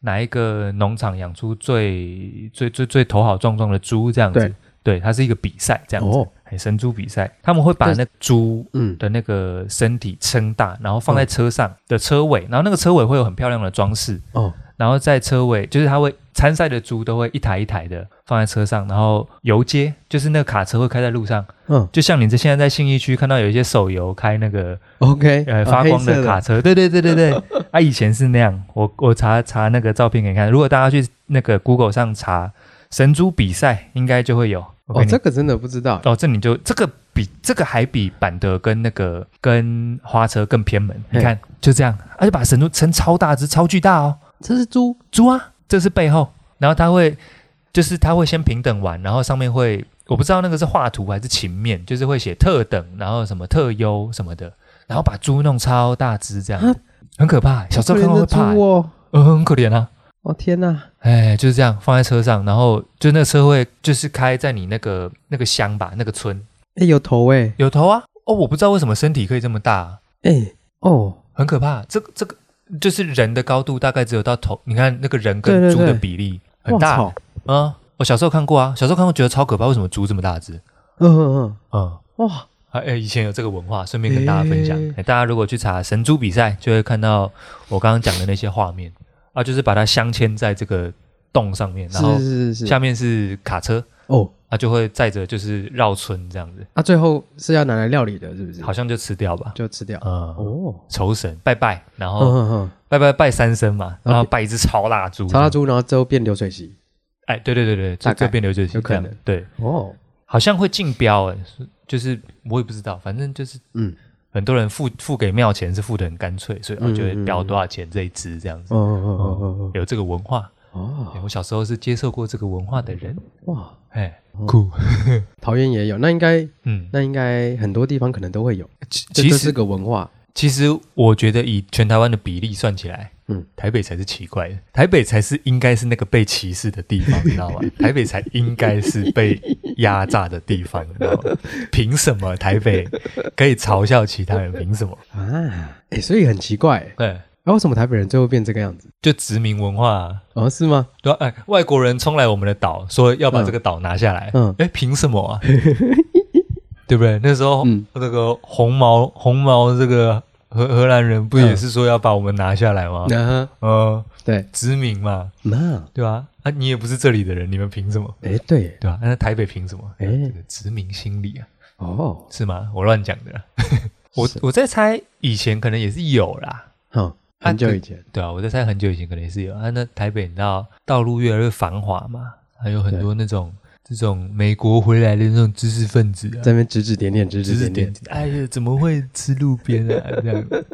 Speaker 1: 哪一个农场养出最最最最头好壮壮的猪这样子
Speaker 2: 对？
Speaker 1: 对，它是一个比赛这样子，
Speaker 2: 哦，
Speaker 1: 哎，神猪比赛，他们会把
Speaker 2: 这
Speaker 1: 那猪。
Speaker 2: 嗯，
Speaker 1: 的那个身体撑大，然后放在车上的车尾，
Speaker 2: 嗯
Speaker 1: 然后那个车尾会有很漂亮的装饰，
Speaker 2: 哦，
Speaker 1: 然后在车尾，就是它会参赛的猪都会一台一台的放在车上，然后游街，就是那个卡车会开在路上，
Speaker 2: 嗯
Speaker 1: 就像你这现在在信义区看到有一些手游开那个
Speaker 2: ，OK，
Speaker 1: 呃
Speaker 2: 哦
Speaker 1: 发光
Speaker 2: 黑色
Speaker 1: 的卡车，对对对对
Speaker 2: [LAUGHS]
Speaker 1: 对，啊以前是那样，我我查查那个照片给你看，如果大家去那个 Google 上查神猪比赛，应该就会有。我
Speaker 2: 哦，
Speaker 1: 给你
Speaker 2: 这个真的不知道。
Speaker 1: 哦这你就这个比这个还比板德跟那个跟花车更偏门，
Speaker 2: 嘿
Speaker 1: 你看就这样，而且把神猪撑超大只，超巨大哦，
Speaker 2: 这是猪
Speaker 1: 猪啊，这是背后，然后它会就是它会先平等完，然后上面会我不知道那个是画图还是情面，就是会写特等，然后什么特优什么的，然后把猪弄超大只这
Speaker 2: 啊
Speaker 1: 样，很可怕、小时候看到
Speaker 2: 可
Speaker 1: 会
Speaker 2: 怜的
Speaker 1: 怕、
Speaker 2: 猪哦，
Speaker 1: 嗯、很可怜啊。
Speaker 2: 哦天哪，
Speaker 1: 哎，就是这样放在车上，然后就那个车会就是开在你那个那个乡吧，那个村
Speaker 2: 哎有头哎，
Speaker 1: 有头啊。哦，我不知道为什么身体可以这么大、啊
Speaker 2: 哎哦，
Speaker 1: 很可怕。啊这个这个就是人的高度大概只有到头，你看那个人
Speaker 2: 对
Speaker 1: 跟
Speaker 2: 对
Speaker 1: 猪的
Speaker 2: 对
Speaker 1: 比例很
Speaker 2: 我
Speaker 1: 大。
Speaker 2: 操，
Speaker 1: 啊、我小时候看过啊，小时候看过，觉得超可怕，为什么猪这么大只？
Speaker 2: 嗯嗯
Speaker 1: 嗯，
Speaker 2: 嗯，哇，
Speaker 1: 啊，哎，以前有这个文化，顺便跟大家分享。哎，大家如果去查神猪比赛，就会看到我刚刚讲的那些画面啊，就是把它镶嵌在这个洞上面，然后
Speaker 2: 是是是是
Speaker 1: 下面是卡车，
Speaker 2: 哦，
Speaker 1: 啊，就会载着就是绕村这样子，
Speaker 2: 啊，最后是要拿来料理的，是不是？
Speaker 1: 好像就吃掉吧。
Speaker 2: 就吃掉。
Speaker 1: 嗯，
Speaker 2: 哦，
Speaker 1: 酬神拜拜，然
Speaker 2: 嗯
Speaker 1: 后
Speaker 2: 嗯嗯，
Speaker 1: 拜拜拜三声嘛，
Speaker 2: 然后
Speaker 1: 然后拜一只超蜡烛，
Speaker 2: 炒蜡，烛，然后之后变流水席。
Speaker 1: 哎，对对对对，
Speaker 2: 大
Speaker 1: 这
Speaker 2: 概
Speaker 1: 这边留就
Speaker 2: 有
Speaker 1: 是
Speaker 2: 可
Speaker 1: 这
Speaker 2: 能
Speaker 1: 样，对，
Speaker 2: 哦，
Speaker 1: 好像会竞标，哎，是就是我也不知道，反正就是
Speaker 2: 嗯，
Speaker 1: 很多人付付给庙钱是付的很干脆，所以我
Speaker 2: 嗯
Speaker 1: 就会
Speaker 2: 嗯
Speaker 1: 标
Speaker 2: 嗯
Speaker 1: 多少钱这一只这样子
Speaker 2: 哦，哦哦
Speaker 1: 有这个文化，
Speaker 2: 哦哦
Speaker 1: 哎我小时候是接受过这个文化的人，
Speaker 2: 哦，哇，
Speaker 1: 哎
Speaker 2: 哦，
Speaker 1: 酷，
Speaker 2: 桃园也有，那应该
Speaker 1: 嗯，
Speaker 2: 那应该很多地方可能都会有，
Speaker 1: 其
Speaker 2: 这
Speaker 1: 其
Speaker 2: 这
Speaker 1: 实
Speaker 2: 是个文化。
Speaker 1: 其实我觉得以全台湾的比例算起来，
Speaker 2: 嗯
Speaker 1: 嗯，台北才是奇怪的，台北才是应该是那个被歧视的地 [LAUGHS] 方，你知道吗？台北才应该是被压榨的地方，你知道 [LAUGHS] 吗？凭什么台北可以嘲笑其他人？凭什么？
Speaker 2: 啊，哎，所以很奇怪，哎
Speaker 1: [LAUGHS] 对，
Speaker 2: 啊，为什么台北人最后变这个样子？
Speaker 1: 就殖民文化、
Speaker 2: 哦，是吗？
Speaker 1: 对吧、哎，外国人冲来我们的岛，说要把这个岛拿下来，
Speaker 2: 嗯
Speaker 1: 嗯，哎，凭什么 [LAUGHS] 啊？对不对？那时候，
Speaker 2: 嗯
Speaker 1: 那个红毛红毛这个荷荷兰人不也是说要把我们拿下来吗？嗯、
Speaker 2: 啊，对，
Speaker 1: 殖民嘛，
Speaker 2: 那，
Speaker 1: 对吧、啊？你也不是这里的人，你们凭什么？
Speaker 2: 哎，对，
Speaker 1: 对吧、那台北凭什么？
Speaker 2: 哎
Speaker 1: 哎，这个殖民心理啊，
Speaker 2: 哦，
Speaker 1: 是吗？我乱讲的啦。 [LAUGHS] 我
Speaker 2: 是
Speaker 1: 我在猜，以前可能也是有啦，啊
Speaker 2: 好，哦很久
Speaker 1: 对
Speaker 2: 以前，
Speaker 1: 对啊，我在猜很久以前可能也是有啊。那台北你知道道路越来越繁华嘛，还有很多那种这种美国回来的那种知识分子啊，
Speaker 2: 在那边指指点点，指
Speaker 1: 指指
Speaker 2: 指
Speaker 1: 点
Speaker 2: 点
Speaker 1: 点，哎呀，怎么会吃路边啊？
Speaker 2: [LAUGHS]
Speaker 1: 这样，
Speaker 2: 点，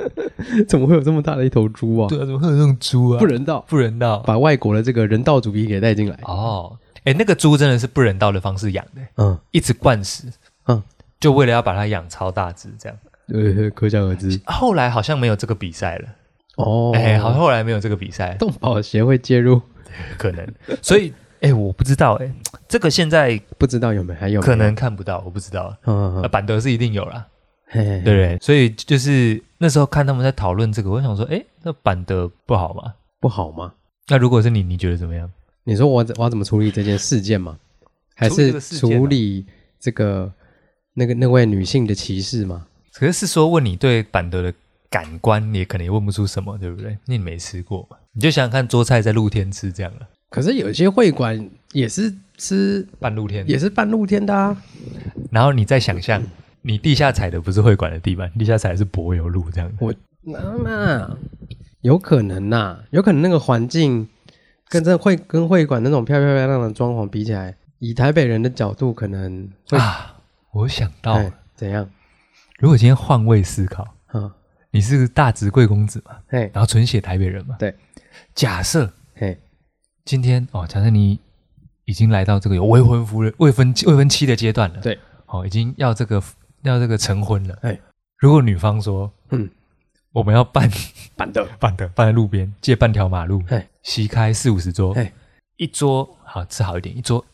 Speaker 2: [LAUGHS] 怎么会有这么大的一头猪啊？
Speaker 1: 对啊，怎么会有那种猪啊？
Speaker 2: 不人道，
Speaker 1: 不人道
Speaker 2: 把外国的这个人道主义给带进来。
Speaker 1: 哦，哎，那个猪真的是不人道的方式养的，
Speaker 2: 嗯，
Speaker 1: 一直灌食，
Speaker 2: 嗯，
Speaker 1: 就为了要把它养超大只这样。
Speaker 2: 呃，可想而知。
Speaker 1: 后来好像没有这个比赛了，
Speaker 2: 哦，
Speaker 1: 哎、好，后来没有这个比赛了，
Speaker 2: 动保协会介入，
Speaker 1: 可能，所以。哎、我不知道哎、这个现在
Speaker 2: 不知道有没有还有没有
Speaker 1: 可能，看不到，我不知道。
Speaker 2: 嗯嗯
Speaker 1: 呃，
Speaker 2: 嗯
Speaker 1: 板德是一定有啦，
Speaker 2: 嘿嘿嘿
Speaker 1: 对不对？所以就是那时候看他们在讨论这个，我想说，哎，那板德不好吗？
Speaker 2: 不好吗？
Speaker 1: 那如果是你，你觉得怎么样？
Speaker 2: 你说我怎我要怎么处理这件事件吗？还
Speaker 1: 处理这
Speaker 2: 是
Speaker 1: 个事件啊
Speaker 2: 处理这个那个那位女性的歧视吗？
Speaker 1: 可是是说问你对板德的感官，你也可能也问不出什么，对不对？因为你没吃过嘛，你就想想看，桌菜在露天吃这样啊了，
Speaker 2: 可是有些会馆也是吃
Speaker 1: 半露天，
Speaker 2: 也是半露天的啊，
Speaker 1: 然后你再想象，你地下踩的不是会馆的地板，地下踩的是柏油路这样的。
Speaker 2: 我那那有可能呐、有可能那个环境跟这会跟会馆那种漂漂亮亮的装潢比起来，以台北人的角度可能会、
Speaker 1: 啊，我想到
Speaker 2: 哎
Speaker 1: 了，
Speaker 2: 怎样？
Speaker 1: 如果今天换位思考，
Speaker 2: 嗯，
Speaker 1: 你是个大直贵公子嘛，
Speaker 2: 嘿，
Speaker 1: 然后纯血台北人嘛，
Speaker 2: 对，
Speaker 1: 假设
Speaker 2: 嘿，
Speaker 1: 今天哦，假设你已经来到这个有未婚夫人、未婚妻未婚妻的阶段了，
Speaker 2: 对，
Speaker 1: 哦，已经要这个要这个成婚了。
Speaker 2: 哎，
Speaker 1: 如果女方说
Speaker 2: 嗯，
Speaker 1: 我们要办
Speaker 2: 板凳，
Speaker 1: [LAUGHS] 办的办在路边，借半条马路
Speaker 2: 哎，
Speaker 1: 席开四五十桌
Speaker 2: 哎，
Speaker 1: 一桌好吃好一点，一桌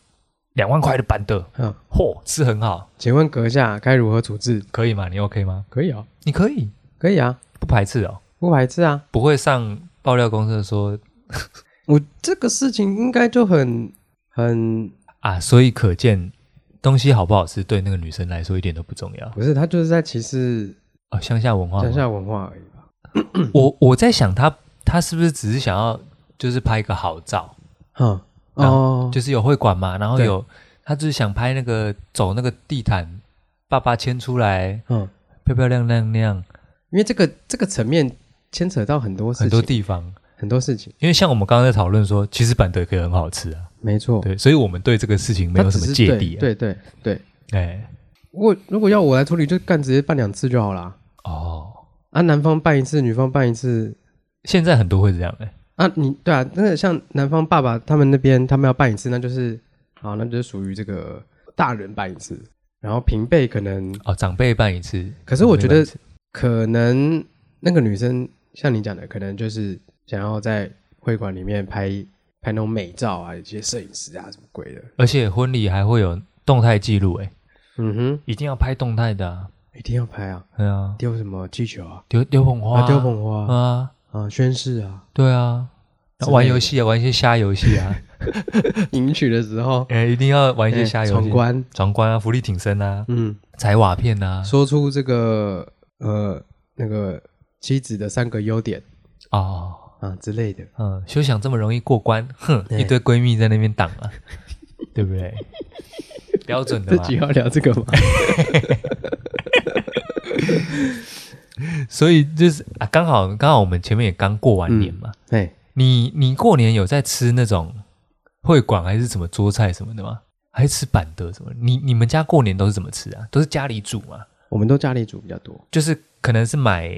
Speaker 1: 两万块的板凳，
Speaker 2: 嗯，
Speaker 1: 嚯，吃很好，
Speaker 2: 请问阁下该如何处置？
Speaker 1: 可以吗？你 OK 吗？
Speaker 2: 可以啊，
Speaker 1: 你可以，
Speaker 2: 可以啊，
Speaker 1: 不排斥哦，
Speaker 2: 不排斥啊。
Speaker 1: 不会上爆料公社说
Speaker 2: 我这个事情应该就很很
Speaker 1: 啊，所以可见东西好不好吃对那个女生来说一点都不重要。
Speaker 2: 不是，他就是在歧视
Speaker 1: 哦，乡下文化吗，
Speaker 2: 乡下文化而已
Speaker 1: 啊
Speaker 2: 吧。
Speaker 1: 我我在想他他是不是只是想要就是拍一个好照，
Speaker 2: 嗯，
Speaker 1: 然后
Speaker 2: 哦，
Speaker 1: 就是有会馆嘛，然后
Speaker 2: 对
Speaker 1: 有他就是想拍那个走那个地毯，爸爸牵出来，
Speaker 2: 嗯，
Speaker 1: 漂漂亮亮那样
Speaker 2: 因为这个这个层面牵扯到很多事情，
Speaker 1: 很多地方。
Speaker 2: 很多事情，
Speaker 1: 因为像我们刚刚在讨论说，其实板德可以很好吃啊，
Speaker 2: 没错，
Speaker 1: 对，所以我们对这个事情没
Speaker 2: 他
Speaker 1: 有
Speaker 2: 只
Speaker 1: 什
Speaker 2: 是
Speaker 1: 么芥蒂、啊，
Speaker 2: 对对对对，
Speaker 1: 对，哎、
Speaker 2: 我如果要我来处理，就干直接办两次就好啦。
Speaker 1: 哦，
Speaker 2: 啊，男方办一次，女方办一次。
Speaker 1: 现在很多会这样哎、
Speaker 2: 啊，你对啊，那个像男方爸爸他们那边，他们要办一次，那就是好，那就是属于这个大人办一次，然后平辈可能
Speaker 1: 哦，长辈办一次，
Speaker 2: 可是我觉
Speaker 1: 长辈办
Speaker 2: 得
Speaker 1: 一次
Speaker 2: 可能那个女生像你讲的，可能就是想要在会馆里面拍拍那种美照啊，一些摄影师啊什么鬼的。
Speaker 1: 而且婚礼还会有动态记录哎、
Speaker 2: 嗯哼，
Speaker 1: 一定要拍动态的、啊，
Speaker 2: 一定要拍啊！
Speaker 1: 对啊，
Speaker 2: 丢什么气球啊？
Speaker 1: 丢丢捧花、
Speaker 2: 啊，丢捧花啊
Speaker 1: 啊，
Speaker 2: 宣誓啊！
Speaker 1: 对啊，
Speaker 2: 之
Speaker 1: 那
Speaker 2: 类
Speaker 1: 玩
Speaker 2: 的
Speaker 1: 游戏啊，玩一些瞎游戏
Speaker 2: [LAUGHS]
Speaker 1: 啊，
Speaker 2: 迎娶的时候，
Speaker 1: 哎，一定要玩一些
Speaker 2: 哎
Speaker 1: 瞎游戏，
Speaker 2: 闯关，
Speaker 1: 闯关啊，浮力挺身啊，
Speaker 2: 嗯，
Speaker 1: 踩瓦片啊，
Speaker 2: 说出这个呃那个妻子的三个优点，
Speaker 1: 哦，
Speaker 2: 啊之类的。
Speaker 1: 嗯，休想这么容易过关，哼，
Speaker 2: 对
Speaker 1: 一堆闺蜜在那边挡
Speaker 2: [LAUGHS]
Speaker 1: 了，对不对？标准的
Speaker 2: 这
Speaker 1: 嘛。
Speaker 2: 局要聊这 [LAUGHS] 个吗？
Speaker 1: 所以就是啊，刚好刚好我们前面也刚过完年嘛，
Speaker 2: 哎，
Speaker 1: 你你过年有在吃那种会馆还是什么桌菜什么的吗？还是吃板的什么？你你们家过年都是怎么吃啊？都是家里煮吗？
Speaker 2: 我们都家里煮比较多，
Speaker 1: 就是可能是买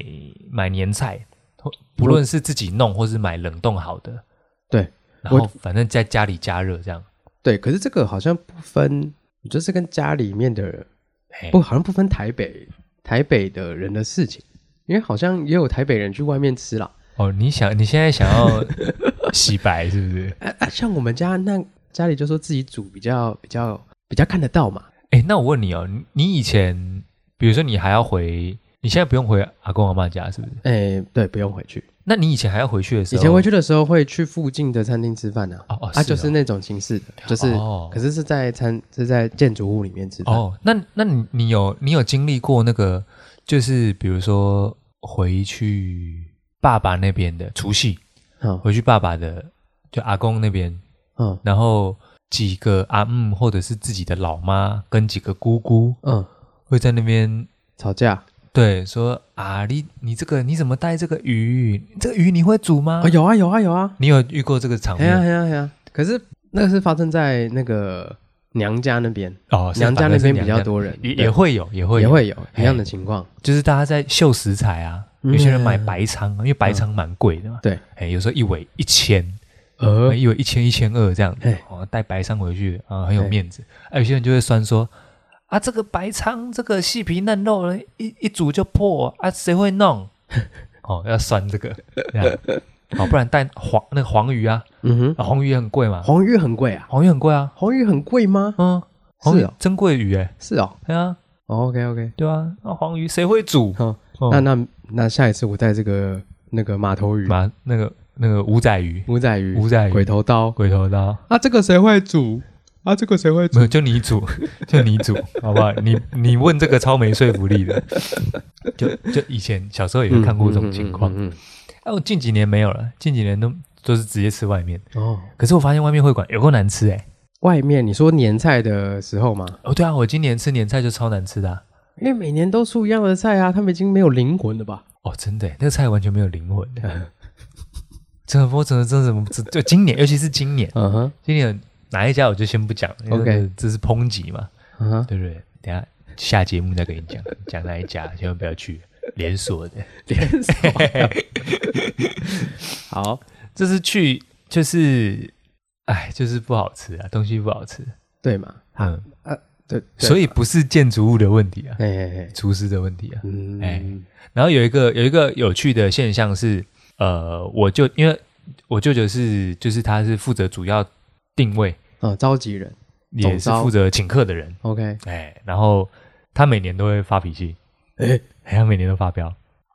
Speaker 1: 买年菜，或不论是自己弄或是买冷冻好的，
Speaker 2: 对，
Speaker 1: 然后
Speaker 2: 我
Speaker 1: 反正在家里加热这样。
Speaker 2: 对。可是这个好像不分，我觉得是跟家里面的
Speaker 1: 嘿
Speaker 2: 不，好像不分台北台北的人的事情，因为好像也有台北人去外面吃啦。
Speaker 1: 哦，你想你现在想
Speaker 2: [LAUGHS]
Speaker 1: 要洗白是不是？
Speaker 2: 哎、啊像我们家那家里就说自己煮比较比较比较看得到嘛。
Speaker 1: 哎，那我问你哦，你你以前比如说你还要回，你现在不用回阿公阿妈家是不是？
Speaker 2: 哎、对，不用回去。
Speaker 1: 那你以前还要回去的时
Speaker 2: 以
Speaker 1: 候，
Speaker 2: 前回去的时候会去附近的餐厅吃饭啊，
Speaker 1: 哦哦
Speaker 2: 啊，
Speaker 1: 是
Speaker 2: 就是
Speaker 1: 哦
Speaker 2: 那种形式的，就是、
Speaker 1: 哦
Speaker 2: 可是是在餐是在建筑物里面吃饭。啊
Speaker 1: 哦，那那你你有你有经历过那个，就是比如说回去爸爸那边的除夕，
Speaker 2: 好，
Speaker 1: 回去爸爸的就阿公那边，
Speaker 2: 嗯
Speaker 1: 然后几个阿姆或者是自己的老妈跟几个姑姑
Speaker 2: 嗯，
Speaker 1: 会在那边
Speaker 2: 吵架
Speaker 1: 对说啊，你你这个你怎么带这个鱼？这个鱼你会煮吗？
Speaker 2: 啊，有啊有啊有啊，
Speaker 1: 你哦有遇过这个场
Speaker 2: 哎呀哎
Speaker 1: 面？
Speaker 2: 呀哎呀，可是那个是发生在那个娘家那边，
Speaker 1: 哦，是
Speaker 2: 娘家
Speaker 1: 反而
Speaker 2: 那
Speaker 1: 是
Speaker 2: 边比
Speaker 1: 娘
Speaker 2: 较
Speaker 1: 家，
Speaker 2: 多人，
Speaker 1: 也
Speaker 2: 对
Speaker 1: 也会有，也会哎
Speaker 2: 也
Speaker 1: 有
Speaker 2: 会有
Speaker 1: 嘿
Speaker 2: 一样的情况。
Speaker 1: 就是大家在秀食材啊，
Speaker 2: 嗯
Speaker 1: 有些人买白仓啊，因为白仓蛮贵的嘛。
Speaker 2: 对，
Speaker 1: 哎，有时候一尾一千，
Speaker 2: 呃，
Speaker 1: 一尾一千一千二这样子
Speaker 2: 嘿，
Speaker 1: 哦，带白仓回去啊，很有
Speaker 2: 嘿
Speaker 1: 面子。啊，有些人就会酸说啊，这个白仓这个细皮嫩肉，一一煮就破啊，谁会弄？哦，要酸这个，这样哦，不然带黄那个黄鱼啊，
Speaker 2: 嗯
Speaker 1: 啊黄鱼也很贵嘛
Speaker 2: 哼，，黄鱼很贵啊，
Speaker 1: 黄鱼很贵啊，
Speaker 2: 黄鱼很贵吗？
Speaker 1: 嗯，黄
Speaker 2: 是
Speaker 1: 鱼
Speaker 2: 哦
Speaker 1: 珍贵鱼哎，
Speaker 2: 是哦
Speaker 1: 对啊，
Speaker 2: ，OK OK，
Speaker 1: 对啊，那黄鱼谁会煮？
Speaker 2: 好，
Speaker 1: 哦
Speaker 2: 那那那下一次我带这个那个马头鱼、
Speaker 1: 马那个那个五仔鱼，
Speaker 2: 五仔鱼、
Speaker 1: 五仔鱼
Speaker 2: 鬼头刀，
Speaker 1: 鬼头刀。
Speaker 2: 啊，这个谁会煮？啊，这个谁会煮
Speaker 1: 没有，？就你
Speaker 2: [LAUGHS]
Speaker 1: 煮，就你煮，好不好？你你问这个超没说服力的。就就以前小时候也会看过这种情况，
Speaker 2: 嗯。嗯嗯嗯
Speaker 1: 哎，我近几年没有了，近几年都都是直接吃外面。
Speaker 2: 嗯哦，
Speaker 1: 可是我发现外面会馆有够难吃哎、
Speaker 2: 外面你说年菜的时候嘛，
Speaker 1: 哦，对啊，我今年吃年菜就超难吃的啊、
Speaker 2: 因为每年都出一样的菜啊，他们已经没有灵魂了吧？
Speaker 1: 哦，真的欸，那个菜完全没有灵魂的。真的，我真的真的 [LAUGHS] 怎么知？就今年，尤其是今年，
Speaker 2: 嗯哼，
Speaker 1: 今年哪一家我就先不讲了因为
Speaker 2: OK
Speaker 1: 这是抨击嘛，
Speaker 2: 嗯哼，
Speaker 1: 对不对？等一下下节目再给你讲，讲哪一家，千万不要去连锁的。
Speaker 2: [LAUGHS] 连锁。
Speaker 1: [LAUGHS]
Speaker 2: 好，
Speaker 1: 这次去就是，哎，就是不好吃啊，东西不好吃。
Speaker 2: 对嘛，啊
Speaker 1: 嗯，
Speaker 2: 对，
Speaker 1: 所
Speaker 2: 以，
Speaker 1: 以不是建筑物的问题啊，
Speaker 2: 哎哎哎，
Speaker 1: 厨师的问题啊。
Speaker 2: 嗯，
Speaker 1: 哎然后有一个有一个有趣的现象是，呃，我就因为我舅舅是就是他是负责主要定位，
Speaker 2: 嗯，召集人
Speaker 1: 也是
Speaker 2: 总招
Speaker 1: 负责请客的人，
Speaker 2: ，OK，
Speaker 1: 哎，然后他每年都会发脾气，
Speaker 2: 哎，
Speaker 1: 哎，他每年都发飙，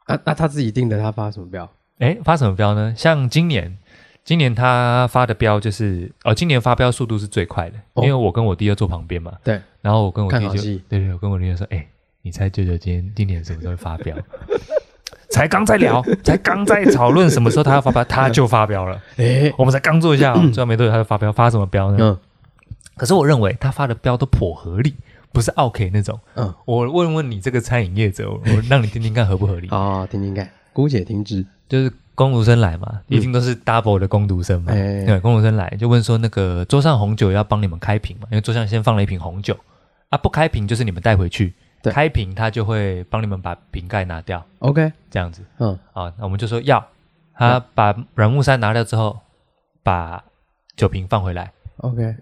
Speaker 2: 啊，那他自己定的，他发什么标？
Speaker 1: 哎，发什么飙呢？像今年，今年他发的飙就是，哦，今年发飙速度是最快的，
Speaker 2: 哦
Speaker 1: 因为我跟我弟就坐旁边嘛。
Speaker 2: 对。
Speaker 1: 然后我跟我弟
Speaker 2: 看好
Speaker 1: 就，
Speaker 2: 戏
Speaker 1: 对对，我跟我弟就说，哎，你猜舅舅今天今年什么时候会发飙？ [LAUGHS] 才刚在
Speaker 2: [LAUGHS]
Speaker 1: 聊，才刚在讨论什么时候他要发飙，他就发飙了。
Speaker 2: 哎，
Speaker 1: 我们才刚坐下、哦，坐下没多久他就发飙，发什么飙呢？
Speaker 2: 嗯
Speaker 1: 可是我认为他发的飙都颇合理，不是 OK 那种。
Speaker 2: 嗯，
Speaker 1: 我问问你这个餐饮业者，我我让你听听看合不合理。
Speaker 2: 哦，听听看，姑且听之，
Speaker 1: 就是工读生来嘛，一定都是 double 的工读生嘛。
Speaker 2: 嗯哎
Speaker 1: 对，工读生来就问说，那个桌上红酒要帮你们开瓶嘛？因为桌上先放了一瓶红酒啊，不开瓶就是你们带回去，
Speaker 2: 对
Speaker 1: 开瓶他就会帮你们把瓶盖拿掉，
Speaker 2: ，OK，
Speaker 1: 这样子
Speaker 2: 嗯，
Speaker 1: 啊。那我们就说要，他把软木塞拿掉之后，把酒瓶放回来，
Speaker 2: OK，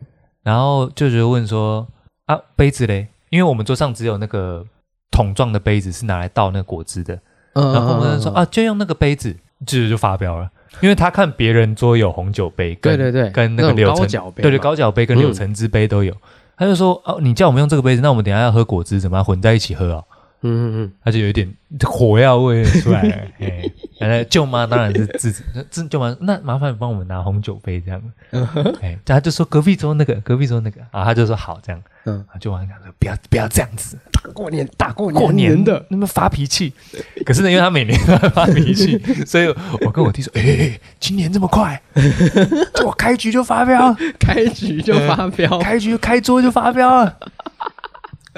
Speaker 1: 然后舅舅问说啊，杯子嘞？因为我们桌上只有那个桶状的杯子是拿来倒那个果汁的，
Speaker 2: 嗯
Speaker 1: 然后工作人员说，
Speaker 2: 嗯嗯嗯
Speaker 1: 啊，就用那个杯子，这就发飙了，因为他看别人桌有红酒杯，跟
Speaker 2: 对对对，
Speaker 1: 跟那个
Speaker 2: 那种
Speaker 1: 柳
Speaker 2: 高
Speaker 1: 橙
Speaker 2: 脚杯嘛，
Speaker 1: 对对高脚杯跟
Speaker 2: 嗯
Speaker 1: 啊柳橙汁杯都有，他就说哦、你叫我们用这个杯子，那我们等一下要喝果汁，怎么样混在一起喝哦？
Speaker 2: 嗯嗯
Speaker 1: 他就有一点火药味出来了。
Speaker 2: [LAUGHS]
Speaker 1: 哎，然后舅妈当然是自己，自舅妈那麻烦帮我们拿红酒杯这样。
Speaker 2: 嗯
Speaker 1: 哎，他就说隔壁桌那个，隔壁桌那个啊，他就说好这样。 [LAUGHS]
Speaker 2: 嗯
Speaker 1: 啊，舅妈讲说不要不要这样子，
Speaker 2: 大过年大过
Speaker 1: 过年
Speaker 2: 的，
Speaker 1: 那么发脾气。可是呢，因为他每年都在发脾
Speaker 2: [LAUGHS]
Speaker 1: 气，所以我跟我弟说，哎、今年这么快，我开局就发
Speaker 2: [LAUGHS]
Speaker 1: 飙，
Speaker 2: 开局就发飙，
Speaker 1: 开局开桌就发飙了。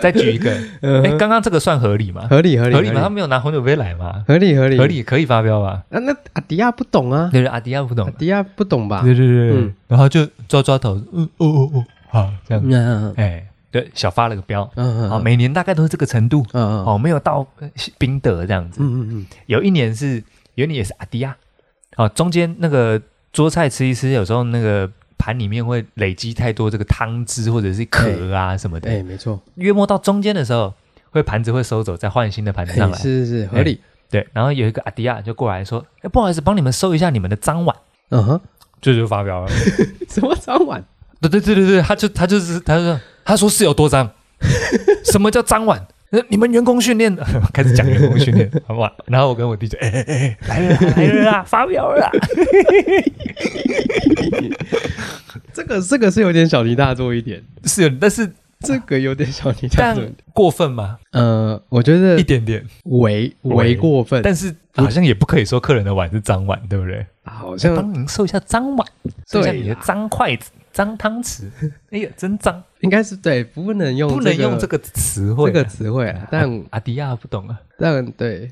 Speaker 1: 再举
Speaker 2: [LAUGHS]
Speaker 1: 一个，
Speaker 2: 嗯
Speaker 1: 哎、刚刚这个算合理吗？
Speaker 2: 合理合理
Speaker 1: 哎合理吗？他没有拿红酒杯来嘛？
Speaker 2: 合理合理
Speaker 1: 合。理可以发飙吧？
Speaker 2: 啊，那阿迪亚不懂啊，
Speaker 1: 对对，阿迪亚不懂
Speaker 2: 阿，迪亚不懂吧？
Speaker 1: 对对对，对
Speaker 2: 嗯
Speaker 1: 然后就抓抓头，嗯哦哦哦，好这样，
Speaker 2: 嗯嗯
Speaker 1: 哎、对，小发了个飙，
Speaker 2: 嗯
Speaker 1: 啊，每年大概都是这个程度，
Speaker 2: 嗯
Speaker 1: 哦，没有到呃宾得这样子。
Speaker 2: 嗯嗯
Speaker 1: 有一年是有一年也是阿迪亚，哦，中间那个桌菜吃一吃，有时候那个盘里面会累积太多这个汤汁或者是壳啊什么
Speaker 2: 嗯，
Speaker 1: 的，
Speaker 2: 哎，没错，
Speaker 1: 约莫到中间的时候，会盘子会收走，再换新的盘子上
Speaker 2: 哎
Speaker 1: 来。
Speaker 2: 是是是合理，
Speaker 1: 对，然后有一个阿迪亚就过来说：“哎，不好意思，帮你们收一下你们的脏碗。
Speaker 2: 嗯哼，”
Speaker 1: 这就发飙了。
Speaker 2: 什么早晚？
Speaker 1: 对对对对对，他就他就是他就说他说是有多脏， [LAUGHS] 什么叫脏碗？呃你们员工训练开始讲员工训练，好不好？然后我跟我弟就哎哎哎来了啦来了啦，发飙了啦。
Speaker 2: 这个这个是有点小题大做一点，
Speaker 1: 是有，但是
Speaker 2: 这个有点小题大做
Speaker 1: 但
Speaker 2: 一点。
Speaker 1: 过分吗？
Speaker 2: 呃，我觉得
Speaker 1: 一点点，
Speaker 2: 为
Speaker 1: 为
Speaker 2: 为过分，
Speaker 1: 但是好像也不可以说客人的碗是脏碗，对不对？
Speaker 2: 好
Speaker 1: 我
Speaker 2: 像
Speaker 1: 帮您收一下脏碗，收一下你
Speaker 2: 对啊
Speaker 1: 的
Speaker 2: 啦
Speaker 1: 脏筷子、脏汤匙。哎呀，真脏，
Speaker 2: 应该是对，不能 [LAUGHS] 用
Speaker 1: 不能用这
Speaker 2: 这个
Speaker 1: 个词汇啊。
Speaker 2: 这个词汇啊，但
Speaker 1: 阿迪亚不懂啊，
Speaker 2: 但对，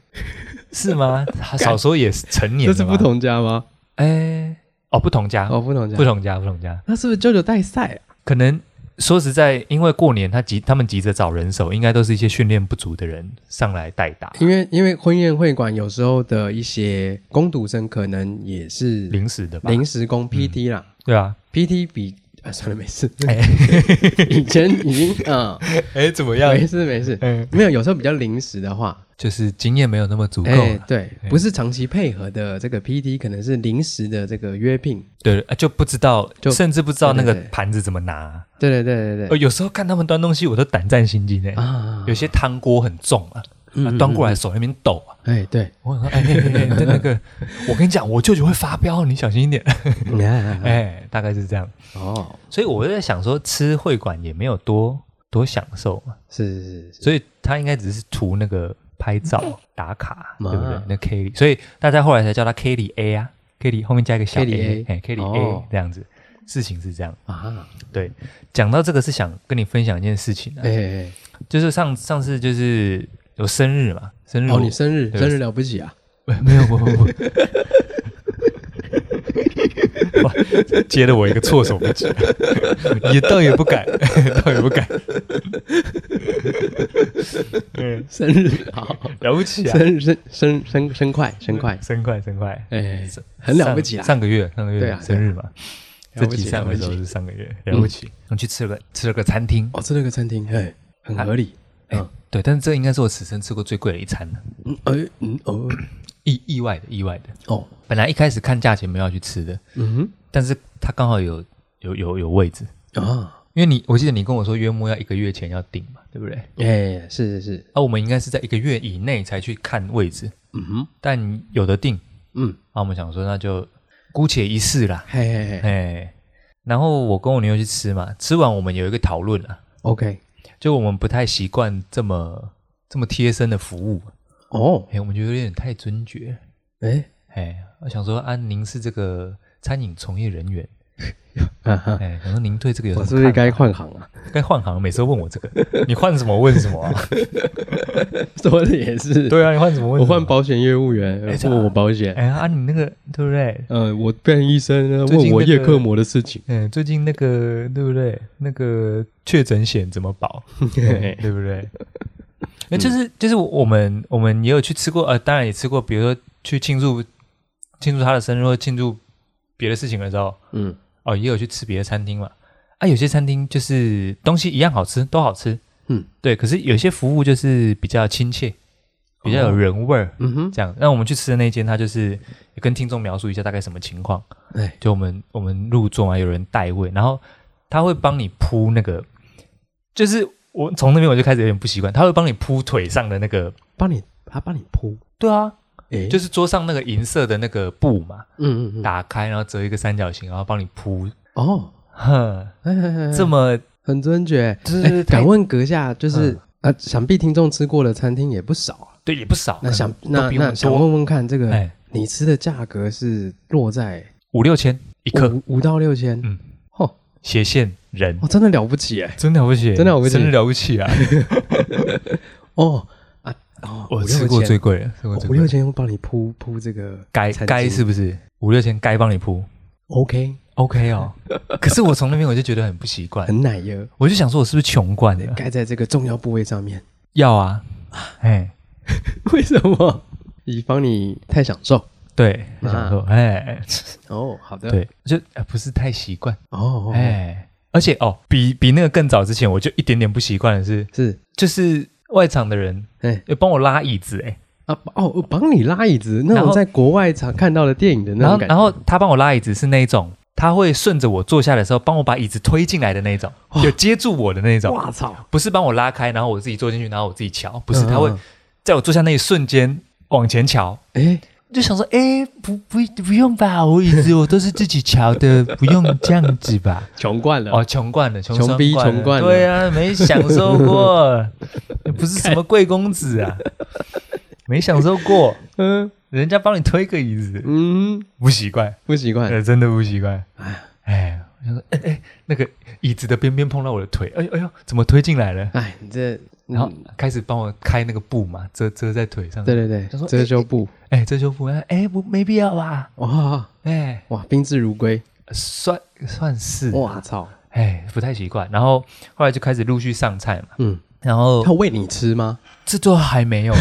Speaker 1: 是
Speaker 2: [LAUGHS]
Speaker 1: 吗？少说也是成年
Speaker 2: 这
Speaker 1: 了，
Speaker 2: 是不。同家吗？
Speaker 1: 哎，哦，不同家，
Speaker 2: 哦，不同家
Speaker 1: 不，同家，不同家。
Speaker 2: 那是不是舅舅带赛啊？
Speaker 1: 可能说实在，因为过年他急，他们急着找人手，应该都是一些训练不足的人上来代打，
Speaker 2: 因为因为婚宴会馆有时候的一些工读生可能也是
Speaker 1: 临时的吧？
Speaker 2: 临时嗯工 PT 啦
Speaker 1: 对啊。
Speaker 2: ，PT 比啊算了没事，
Speaker 1: 哎
Speaker 2: [LAUGHS] 以前已经嗯
Speaker 1: 哎，怎么
Speaker 2: 没事没事，
Speaker 1: 嗯，
Speaker 2: 没有有时候比较临时的话，
Speaker 1: 就是经验没有那么足够
Speaker 2: 哎
Speaker 1: 了，
Speaker 2: 对，不是长期配合的这个 PT 可能是临时的这个约聘，
Speaker 1: 对，啊就不知道，
Speaker 2: 就
Speaker 1: 甚至不知道那个
Speaker 2: 对对对
Speaker 1: 盘子怎么拿。
Speaker 2: 对对对对
Speaker 1: 呃，
Speaker 2: 对
Speaker 1: 有时候看他们端东西，我都胆战心惊哎。
Speaker 2: 啊
Speaker 1: 有，些汤锅很重啊，
Speaker 2: 嗯
Speaker 1: 啊
Speaker 2: 嗯
Speaker 1: 端过来手那边抖啊。
Speaker 2: 哎对，
Speaker 1: 我想说，哎哎哎，哎那个，我跟你讲，我舅舅会发飙，你小心一点。
Speaker 2: [LAUGHS] 哎
Speaker 1: 哎，大概是这样。
Speaker 2: 哦，
Speaker 1: 所以我就在想说，吃会馆也没有多多享受嘛，
Speaker 2: 是是是，
Speaker 1: 所以他应该只是图那个拍
Speaker 2: 嗯
Speaker 1: 照打卡，
Speaker 2: 嘛
Speaker 1: 对不对？那 K 里，所以大家后来才叫他 K 里 A 啊，K 里后面加一个小 A，
Speaker 2: KDA
Speaker 1: 哎，K 里 A
Speaker 2: 哦
Speaker 1: 这样子，事情是这样。
Speaker 2: 啊，
Speaker 1: 对，讲到这个是想跟你分享一件事情啊，
Speaker 2: 哎哎
Speaker 1: 就是上上次就是有生日嘛，生
Speaker 2: 哎
Speaker 1: 日
Speaker 2: 哦
Speaker 1: 我
Speaker 2: 你生日
Speaker 1: 对
Speaker 2: 生日了不起啊，
Speaker 1: [LAUGHS] 没有不不 [LAUGHS] 不。哇，接了我一个措手不及，啊也倒也不敢， [LAUGHS] 倒也不敢。嗯，
Speaker 2: [LAUGHS] 生日 [LAUGHS] 嗯好，
Speaker 1: 了不起啊！
Speaker 2: 生日生生生生快生快，
Speaker 1: 生快，生快，
Speaker 2: 哎，很了不起
Speaker 1: 上
Speaker 2: 啦，
Speaker 1: 上个月，上个
Speaker 2: 对
Speaker 1: 月
Speaker 2: 啊对
Speaker 1: 生
Speaker 2: 啊
Speaker 1: 日嘛，这
Speaker 2: 了不
Speaker 1: 集
Speaker 2: 起
Speaker 1: 上的时候
Speaker 2: 了不
Speaker 1: 是上个月，了不起。我去吃了吃了个餐厅，
Speaker 2: 哦，吃了个餐厅，哎，很合理，
Speaker 1: 哎
Speaker 2: 嗯
Speaker 1: 对，但是这应该是我此生吃过最贵的一餐了，
Speaker 2: 嗯哎嗯哦
Speaker 1: 意意外的，意外的。
Speaker 2: 哦，
Speaker 1: 本来一开始看价钱没有要去吃的，
Speaker 2: 嗯
Speaker 1: 但是它刚好有有有有位置，
Speaker 2: 哼啊，
Speaker 1: 因为你我记得你跟我说约莫要一个月前要订嘛，对不对？
Speaker 2: 哎是是是，
Speaker 1: 啊，我们应该是在一个月以内才去看位置，
Speaker 2: 嗯哼
Speaker 1: 但有的订，
Speaker 2: 嗯，
Speaker 1: 啊，我们想说那就姑且一试啦，
Speaker 2: 嘿嘿嘿
Speaker 1: 哎，然后我跟我女友去吃嘛，吃完我们有一个讨论啊，
Speaker 2: ，OK，
Speaker 1: 就我们不太习惯这么这么贴身的服务，
Speaker 2: 哦，
Speaker 1: 哎，我们觉得有点太尊爵，
Speaker 2: 哎，
Speaker 1: 哎，我想说啊，您是这个餐饮从业人员，
Speaker 2: 哈哈，
Speaker 1: 哎，想说您对这个有什
Speaker 2: 我
Speaker 1: 么
Speaker 2: 是不是
Speaker 1: 看法
Speaker 2: 该换行啊？ [LAUGHS]
Speaker 1: 该换行？每次都问我这个，你换什么问什么、啊？
Speaker 2: 说的也是，
Speaker 1: 对啊，你换什么问
Speaker 2: 我
Speaker 1: 什么？
Speaker 2: 换保险业务员，呃
Speaker 1: 哎这
Speaker 2: 问我保险，
Speaker 1: 哎啊，你那个对不对？
Speaker 2: 呃，我变医生呃
Speaker 1: 最近
Speaker 2: 问我
Speaker 1: 那个
Speaker 2: 叶克膜的事 [LAUGHS] 情，
Speaker 1: 嗯，最近那个对不对？那个确诊险怎么保？
Speaker 2: 嗯
Speaker 1: 对不对？那就是就是我们我们也有去吃过，呃，当然也吃过，比如说去庆祝庆祝他的生日或庆祝别的事情的时候，
Speaker 2: 嗯，
Speaker 1: 哦，也有去吃别的餐厅嘛。啊，有些餐厅就是东西一样好吃，都好吃，
Speaker 2: 嗯，
Speaker 1: 对。可是有些服务就是比较亲切，比较有人味儿，
Speaker 2: 嗯哼，
Speaker 1: 这样。那我们去吃的那间，它就是也跟听众描述一下大概什么情况。
Speaker 2: 哎，
Speaker 1: 就我们我们入座嘛，有人代位，然后他会帮你铺那个，就是我从那边我就开始有点不习惯，他会帮你铺腿上的那个，
Speaker 2: 帮你他帮你铺，
Speaker 1: 对啊，
Speaker 2: 哎，
Speaker 1: 就是是桌上那个银色的那个布嘛，
Speaker 2: 嗯嗯嗯，
Speaker 1: 打开然后折一个三角形，然后帮你铺，
Speaker 2: 哦，
Speaker 1: 哼，
Speaker 2: 哎哎哎
Speaker 1: 这么
Speaker 2: 很尊爵。
Speaker 1: 对对
Speaker 2: 哎
Speaker 1: 对，
Speaker 2: 敢
Speaker 1: 太嗯
Speaker 2: 问阁下，就是啊，想必听众吃过的餐厅也不少啊。
Speaker 1: 对也不少，
Speaker 2: 那想
Speaker 1: 哦可能
Speaker 2: 那
Speaker 1: 都比我
Speaker 2: 那
Speaker 1: 们
Speaker 2: 想
Speaker 1: 多，
Speaker 2: 问问看，这个
Speaker 1: 哎，
Speaker 2: 你吃的价格是落在
Speaker 1: 五六千一克，
Speaker 2: 五五到六千？
Speaker 1: 嗯，
Speaker 2: 嚯，
Speaker 1: 斜线人，
Speaker 2: 哦，真的了不起哎！
Speaker 1: 真了不起，
Speaker 2: 真了不起
Speaker 1: 真的了不起啊！
Speaker 2: 哦啊哦，
Speaker 1: 我
Speaker 2: 五
Speaker 1: 吃
Speaker 2: 六
Speaker 1: 过
Speaker 2: 千
Speaker 1: 最贵的，吃过
Speaker 2: 哦
Speaker 1: 最
Speaker 2: 五六
Speaker 1: 贵的，
Speaker 2: 千，我帮你铺铺这个
Speaker 1: 该
Speaker 2: 餐
Speaker 1: 该
Speaker 2: 巾
Speaker 1: 是不是五六千该帮你铺
Speaker 2: OK，
Speaker 1: ，OK [LAUGHS] 哦。可是我从那边我就觉得很不习惯，
Speaker 2: 很奶油，
Speaker 1: 我就想说我是不是穷惯了？
Speaker 2: 盖在这个重要部位上面。
Speaker 1: [LAUGHS] 要啊，哎，
Speaker 2: 为什么？以防你太享受。
Speaker 1: 对，就
Speaker 2: 啊
Speaker 1: 想说哎，
Speaker 2: 哦，好的。
Speaker 1: 对，就呃不是太习惯，
Speaker 2: 哦，哦，哦
Speaker 1: 哎，而且哦，比比那个更早之前，我就一点点不习惯的是，
Speaker 2: 是，
Speaker 1: 就是外场的人
Speaker 2: 哎
Speaker 1: 要帮我拉椅子，哎，
Speaker 2: 啊，哦，我帮你拉椅子，那
Speaker 1: 然
Speaker 2: 种
Speaker 1: 后
Speaker 2: 在国外常看到的电影的那
Speaker 1: 然
Speaker 2: 种
Speaker 1: 后
Speaker 2: 感
Speaker 1: 然
Speaker 2: 觉。
Speaker 1: 后他帮我拉椅子是那一种，他会顺着我坐下的时候帮我把椅子推进来的那一种，有接住我的那一种，
Speaker 2: 哇操！
Speaker 1: 不是帮我拉开，然后我自己坐进去，然后我自己瞧，不是，
Speaker 2: 嗯
Speaker 1: 他会
Speaker 2: 嗯
Speaker 1: 在我坐下那一瞬间往前瞧，
Speaker 2: 哎，
Speaker 1: 就想说，哎，不不不用吧，我椅子我都是自己瞧的，不用这样子
Speaker 2: [LAUGHS]
Speaker 1: 吧。
Speaker 2: 穷惯了。
Speaker 1: 哦，穷惯了，穷
Speaker 2: 穷
Speaker 1: 酸
Speaker 2: 逼
Speaker 1: 惯了
Speaker 2: 穷惯了
Speaker 1: 对啊，没享受 [LAUGHS] 过，不是什么贵公子啊，没享受过，
Speaker 2: 嗯
Speaker 1: 人家帮你推个椅子，
Speaker 2: 嗯，
Speaker 1: 不习惯，
Speaker 2: 不习惯。
Speaker 1: 呃，真的不习惯。
Speaker 2: 哎
Speaker 1: 哎，我想说，哎哎，那个椅子的边边碰到我的腿，哎呦哎呦，怎么推进来了？
Speaker 2: 哎，你这，
Speaker 1: 然后
Speaker 2: 嗯
Speaker 1: 开始帮我开那个布嘛，遮遮在腿上。
Speaker 2: 对，对对
Speaker 1: 他说，
Speaker 2: 遮羞布，
Speaker 1: 哎，遮羞布，哎哎，不没必要吧？
Speaker 2: 哇
Speaker 1: 哎，
Speaker 2: 哇，宾至如归。
Speaker 1: 算算是，
Speaker 2: 哇操！
Speaker 1: 哎，不太习惯。然后后来就开始陆续上菜嘛，
Speaker 2: 嗯，
Speaker 1: 然后
Speaker 2: 他喂你
Speaker 1: [LAUGHS]
Speaker 2: 吃吗？
Speaker 1: 这都还没
Speaker 2: [LAUGHS]
Speaker 1: 有，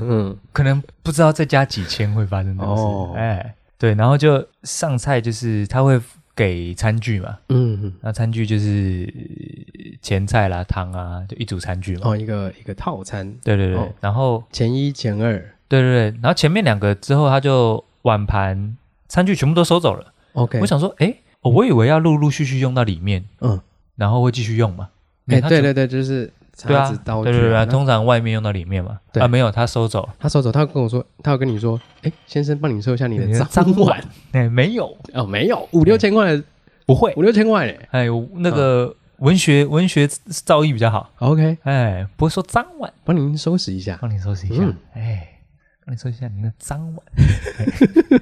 Speaker 2: 嗯，
Speaker 1: 可能不知道再加几千会发生什么事。
Speaker 2: 哦
Speaker 1: 哎，对，然后就上菜就是他会给餐具嘛，
Speaker 2: 嗯，
Speaker 1: 那餐具就是呃前菜啦、汤啊，就一组餐具嘛。
Speaker 2: 哦，一个一个套餐，
Speaker 1: 对对对，
Speaker 2: 哦
Speaker 1: 然后
Speaker 2: 前一前二
Speaker 1: 对对对，然后前面两个之后他就碗盘餐具全部都收走了。
Speaker 2: ，OK，
Speaker 1: 我想说，哎、哦我以为要陆陆续续用到里面，
Speaker 2: 嗯，
Speaker 1: 然后会继续用嘛。没
Speaker 2: 哎，
Speaker 1: 有他
Speaker 2: 对
Speaker 1: 就
Speaker 2: 对对，就是
Speaker 1: 对
Speaker 2: 叉
Speaker 1: 啊
Speaker 2: 子，刀具
Speaker 1: 对
Speaker 2: 啊，
Speaker 1: 对对，
Speaker 2: 那
Speaker 1: 通常外面用到里面嘛。
Speaker 2: 对
Speaker 1: 啊，没有，他收走。
Speaker 2: 他收走，他跟我说，他要跟你说，哎，先生，帮你收一下你
Speaker 1: 你
Speaker 2: 的
Speaker 1: 的
Speaker 2: 脏
Speaker 1: 脏
Speaker 2: 碗
Speaker 1: 碗。哎、没有，
Speaker 2: 哦，没有，五六千块，
Speaker 1: 不会。
Speaker 2: 五六千块嘞。
Speaker 1: 哎，那个文学、文学造诣比较好，
Speaker 2: OK，
Speaker 1: 哎，不会说脏碗，
Speaker 2: 帮您收拾一下。
Speaker 1: 帮你收拾一下，
Speaker 2: 嗯
Speaker 1: 哎，帮你收拾一下你那脏碗。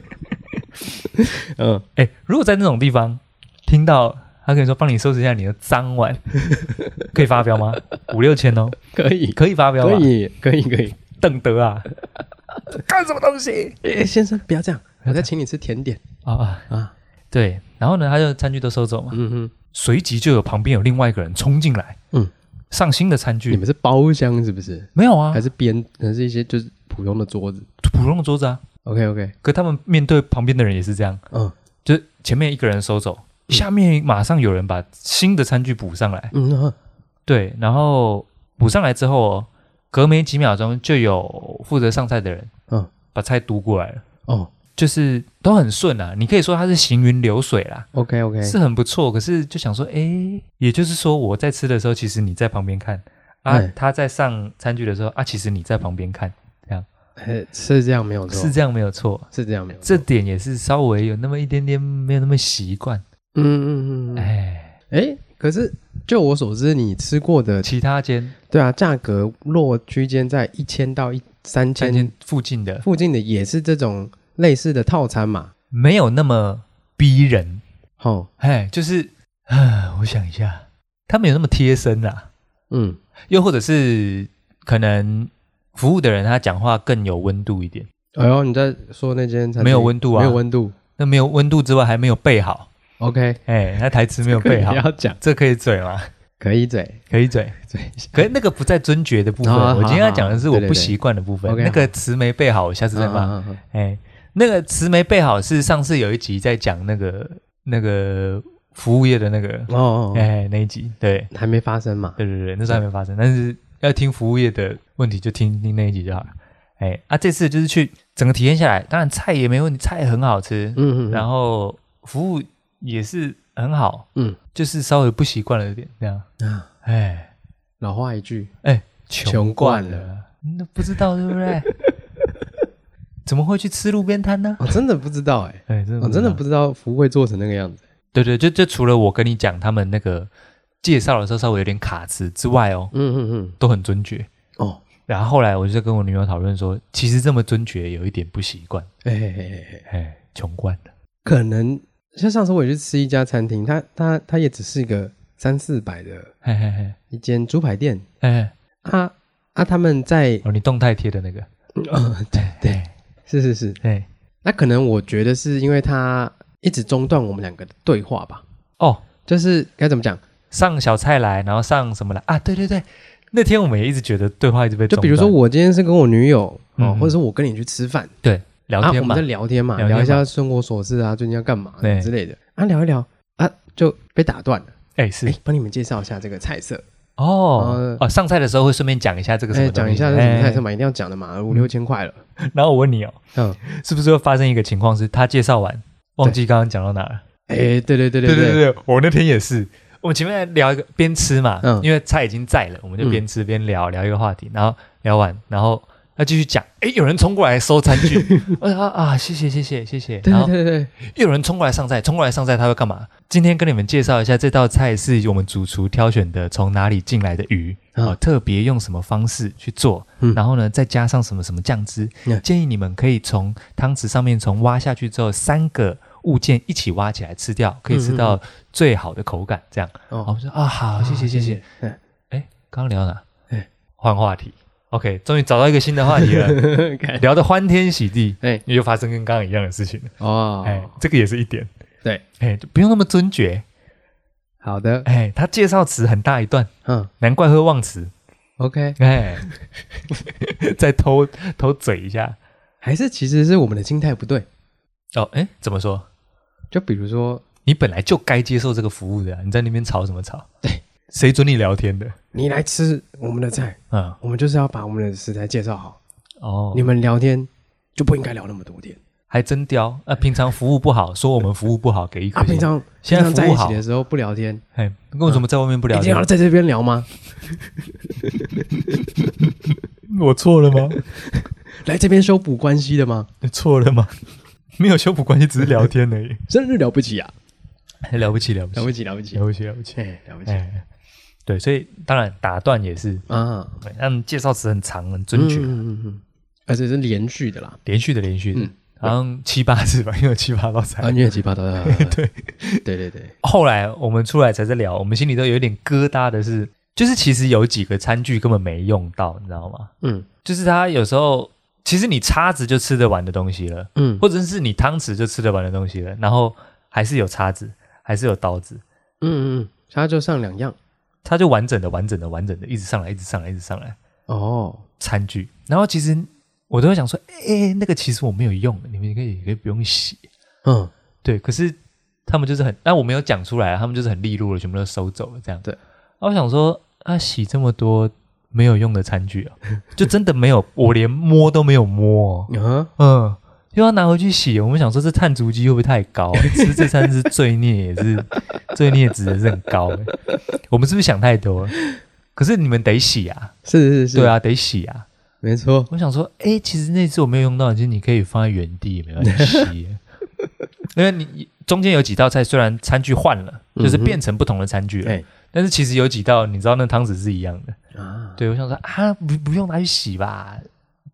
Speaker 2: 嗯，
Speaker 1: 哎，如果在那种地方听到他跟你说帮你收拾一下你的脏 [LAUGHS] 碗，可以发飙吗？五六千哦，
Speaker 2: 可以，
Speaker 1: 可以发飙吧
Speaker 2: 可？以，可以，可以。
Speaker 1: 邓德啊， [LAUGHS] 干什么东西
Speaker 2: 哎，先生，不要这样，我再请你吃甜点
Speaker 1: 啊啊？
Speaker 2: 啊。
Speaker 1: 对，然后呢，他就餐具都收走嘛，
Speaker 2: 嗯哼，
Speaker 1: 随即就有旁边有另外一个人冲进来，
Speaker 2: 嗯，
Speaker 1: 上新的餐
Speaker 2: 你
Speaker 1: 具
Speaker 2: 们是哎包厢是不是？
Speaker 1: 没有啊
Speaker 2: 还，是边？还是一些就是普通的桌子
Speaker 1: 普通的桌子啊，
Speaker 2: ？OK，OK，
Speaker 1: 可他们面对旁边的人也是这样，
Speaker 2: 嗯
Speaker 1: 就是前面一个人收走，
Speaker 2: 嗯
Speaker 1: 下面马上有人把新的餐具补上来，
Speaker 2: 嗯啊
Speaker 1: 对，然后补上来之后、哦，隔没几秒钟就有负责上菜的人
Speaker 2: 嗯
Speaker 1: 把菜嘟过来了，
Speaker 2: 哦
Speaker 1: 就是都很顺啊，你可以说它是行云流水啦，
Speaker 2: ，OK，OK，
Speaker 1: 是很不错。可是就想说，诶，也就是说我在吃的时候，其实你在旁边看啊
Speaker 2: 哎，
Speaker 1: 他在上餐具的时候啊，其实你在旁边看，
Speaker 2: 哎是这样没有错，
Speaker 1: 是这样没有错。
Speaker 2: 是这样没有错。
Speaker 1: 这点也是稍微有那么一点点没有那么习惯，
Speaker 2: 嗯嗯嗯嗯，
Speaker 1: 哎，
Speaker 2: 哎，可是就我所知，你吃过的
Speaker 1: 其他间
Speaker 2: 对啊，价格落区间在一千到一三
Speaker 1: 餐
Speaker 2: 千
Speaker 1: 厅附近的
Speaker 2: 附近的也是这种类似的套餐嘛。
Speaker 1: 没有那么逼人，
Speaker 2: 哦，
Speaker 1: 哎，就是，啊，我想一下，他们有那么贴身啊？
Speaker 2: 嗯，
Speaker 1: 又或者是可能服务的人他讲话更有温度一点？
Speaker 2: 哎呦，你在说那间餐厅
Speaker 1: 没有温度啊
Speaker 2: 没有温度。
Speaker 1: 那没有温度之外还没有备好，
Speaker 2: OK，
Speaker 1: 哎，那台词没有
Speaker 2: 可以
Speaker 1: 备好
Speaker 2: 不，要讲，
Speaker 1: 这可以嘴吗？
Speaker 2: 可以嘴
Speaker 1: 可以嘴，
Speaker 2: 嘴一下。啊
Speaker 1: 可是那个不在尊爵的部分，
Speaker 2: 好好
Speaker 1: 我今天要讲的是我
Speaker 2: 好好
Speaker 1: 不习惯的部分。
Speaker 2: 对对对
Speaker 1: 那个词没备好，我下次再骂。
Speaker 2: 啊啊啊啊
Speaker 1: 哎，那个词没备好是上次有一集在讲那个那个服务业的那个，
Speaker 2: 哦哦，哦
Speaker 1: 哎，那一集对。
Speaker 2: 还没发生嘛？
Speaker 1: 对对对，那时候还没发生，但是要听服务业的问题就听听那一集就好了。哎，啊，这次就是去整个体验下来，当然菜也没问题，菜很好吃，
Speaker 2: 嗯嗯，
Speaker 1: 然
Speaker 2: 后
Speaker 1: 后服务也是很好，
Speaker 2: 嗯
Speaker 1: 就是稍微不习惯了一点这样。
Speaker 2: 啊，
Speaker 1: 哎，
Speaker 2: 老话一句，
Speaker 1: 哎，
Speaker 2: 穷惯
Speaker 1: 了，那不知道对不对？ [LAUGHS] 怎么会去吃路边摊呢？
Speaker 2: 我真的不知道哎、
Speaker 1: 哎，真
Speaker 2: 我真
Speaker 1: 知
Speaker 2: 的
Speaker 1: 道
Speaker 2: 不知道福会做成那个样子。
Speaker 1: 对对，就就除了我跟你讲他们那个介绍的时候稍微有点卡词之外哦，
Speaker 2: 嗯嗯嗯，
Speaker 1: 都很尊爵。
Speaker 2: 哦，
Speaker 1: 然后后来我就跟我女友讨论说，其实这么尊爵有一点不习惯，
Speaker 2: 哎、嘿嘿嘿嘿
Speaker 1: 哎，穷惯了。
Speaker 2: 可能像上次我也去吃一家餐厅，它它它也只是一个三四百的
Speaker 1: 嘿嘿嘿，
Speaker 2: 一间猪排店
Speaker 1: 哎，
Speaker 2: 啊啊，他们在、
Speaker 1: 哦，你动态贴的那个，
Speaker 2: 呃对对，是是是，
Speaker 1: 哎，
Speaker 2: 那可能我觉得是因为他一直中断我们两个的对话吧，
Speaker 1: 哦，
Speaker 2: 就是该怎么讲？
Speaker 1: 上小菜来，然后上什么来啊？对对对，那天我们也一直觉得对话一直被
Speaker 2: 就
Speaker 1: 中
Speaker 2: 比如说
Speaker 1: 断
Speaker 2: 我今天是跟我女友
Speaker 1: 嗯
Speaker 2: 哦，
Speaker 1: 嗯
Speaker 2: 或者是我跟你去吃饭，
Speaker 1: 对聊
Speaker 2: 啊，我
Speaker 1: 天嘛
Speaker 2: 们在，聊天嘛，
Speaker 1: 聊天
Speaker 2: 聊
Speaker 1: 嘛
Speaker 2: 一下生活琐事啊，最近要干嘛
Speaker 1: 对
Speaker 2: 之类的啊，聊一聊啊就被打断了。
Speaker 1: 哎是
Speaker 2: 哎，帮你们介绍一下这个菜色，
Speaker 1: 哦哦，上菜的时候会顺便讲一下这个什
Speaker 2: 哎，
Speaker 1: 么东
Speaker 2: 讲
Speaker 1: 西，
Speaker 2: 一下这什么菜色
Speaker 1: 哎。
Speaker 2: 嘛，一定要讲的嘛，五六千块了。
Speaker 1: 然后我问你哦，
Speaker 2: 嗯，
Speaker 1: 是不是会发生一个情况是，他介绍完忘记刚刚讲到哪了？
Speaker 2: 哎，对对对对
Speaker 1: 对对，对，我那天也是，我们前面聊一个边吃嘛，
Speaker 2: 嗯
Speaker 1: 因为菜已经在了，我们就边吃边聊、聊一个话题，然后聊完，然后要继续讲，哎，有人冲过来收餐
Speaker 2: [LAUGHS]
Speaker 1: 具，我说啊啊，谢谢谢谢谢谢，
Speaker 2: 对
Speaker 1: 然
Speaker 2: 对
Speaker 1: 后
Speaker 2: 对对，
Speaker 1: 又有人冲过来上菜，冲过来上菜他会干嘛？今天跟你们介绍一下这道菜是我们主厨挑选的，从哪里进来的鱼。
Speaker 2: 嗯
Speaker 1: 啊，特别用什么方式去做，
Speaker 2: 嗯
Speaker 1: 然后呢，再加上什么什么酱汁，
Speaker 2: 嗯
Speaker 1: 建议你们可以从汤匙上面从挖下去之后，三个物件一起挖起来吃掉，可以吃到最好的口感。这样，然后我
Speaker 2: 哦，
Speaker 1: 们说啊，嗯好，谢谢谢谢。。
Speaker 2: 嗯
Speaker 1: 哎，刚刚聊哪
Speaker 2: 哎？
Speaker 1: 换话题，OK，终于找到一个新的话题 [LAUGHS] 了，
Speaker 2: 看
Speaker 1: 聊得欢天喜地，
Speaker 2: 哎
Speaker 1: 又发生跟刚刚一样的事情了。哎
Speaker 2: 哦，，
Speaker 1: 这个也是一点。
Speaker 2: 对，
Speaker 1: 哎，就不用那么尊爵。
Speaker 2: 好的，
Speaker 1: 哎，他介绍词很大一段，
Speaker 2: 嗯
Speaker 1: 难怪会忘词。
Speaker 2: ，OK，
Speaker 1: 哎， [LAUGHS] 再偷偷嘴一下。
Speaker 2: 还是其实是我们的心态不对。
Speaker 1: 哦，哎，怎么说？
Speaker 2: 就比如说，
Speaker 1: 你本来就该接受这个服务的啊、你在那边吵什么吵？
Speaker 2: 对，
Speaker 1: 谁准你聊天的？
Speaker 2: 你来吃我们的菜，
Speaker 1: 嗯，
Speaker 2: 我们就是要把我们的食材介绍好。
Speaker 1: 哦，
Speaker 2: 你们聊天就不应该聊那么多天
Speaker 1: 还真刁啊！平常服务不好，说我们服务不好，给一颗
Speaker 2: 啊！
Speaker 1: 星。
Speaker 2: 平常
Speaker 1: 现
Speaker 2: 平
Speaker 1: 在
Speaker 2: 常在
Speaker 1: 服务
Speaker 2: 一
Speaker 1: 好
Speaker 2: 起的时候不聊天，
Speaker 1: 哎，为什么在外面不聊
Speaker 2: 一定
Speaker 1: 天
Speaker 2: 要？在这边聊吗？
Speaker 1: 我错了吗？
Speaker 2: 来这边修补关系的吗？
Speaker 1: 错了吗？ [LAUGHS] 没有修补关系，只是聊天而已。
Speaker 2: 真是了不起啊！
Speaker 1: [LAUGHS] 了不起，了不
Speaker 2: 了
Speaker 1: 起，
Speaker 2: 不起，了不起
Speaker 1: 了，不起，了不起！
Speaker 2: 哎，了不起
Speaker 1: 哎，对，所以当然打断也是，
Speaker 2: 啊！
Speaker 1: 对他们介绍词很长，很尊爵，
Speaker 2: 嗯嗯嗯，而且是连续的啦，
Speaker 1: 连续的，连续的
Speaker 2: 嗯，
Speaker 1: 好像七八次吧，因为有七八道菜
Speaker 2: 啊，。乱七八糟的。
Speaker 1: 对
Speaker 2: 对对对，
Speaker 1: 后来我们出来才在聊，我们心里都有点疙瘩的是，就是其实有几个餐具根本没用到，你知道吗？
Speaker 2: 嗯
Speaker 1: 就是它有时候其实你叉子就吃得完的东西了，
Speaker 2: 嗯
Speaker 1: 或者是你汤匙就吃得完的东西了，然后还是有叉子，还是有刀子，
Speaker 2: 嗯嗯，他就上两样
Speaker 1: 它就完整的、完整的、完整的一直上来，一直上来，一直上来
Speaker 2: 哦。
Speaker 1: 餐具。然后其实我都会想说，哎、那个其实我没有用，你们可以可以不用洗。
Speaker 2: 嗯，
Speaker 1: 对，可是他们就是很，但我没有讲出来啊，他们就是很利落的，全部都收走了这样。
Speaker 2: 对
Speaker 1: 啊，我想说啊，洗这么多没有用的餐具啊，就真的没有，我连摸都没有摸哦、
Speaker 2: 啊，
Speaker 1: 嗯，又要拿回去洗。我们想说这碳足迹会不会太高、啊？吃这餐是罪孽，也是 [LAUGHS] 罪孽值也是很高、欸。我们是不是想太多了？可是你们得洗啊，
Speaker 2: 是是是，
Speaker 1: 对，啊，得洗啊。
Speaker 2: 没错，
Speaker 1: 我想说，哎、其实那次我没有用到，其实你可以放在原地，没关系。
Speaker 2: [LAUGHS]
Speaker 1: 因为你中间有几道菜，虽然餐具换了，就是
Speaker 2: 嗯哼
Speaker 1: 变成不同的餐具了，
Speaker 2: 哎
Speaker 1: 但是其实有几道，你知道那汤匙是一样的。
Speaker 2: 啊，
Speaker 1: 对我想说啊，不不用拿去洗吧，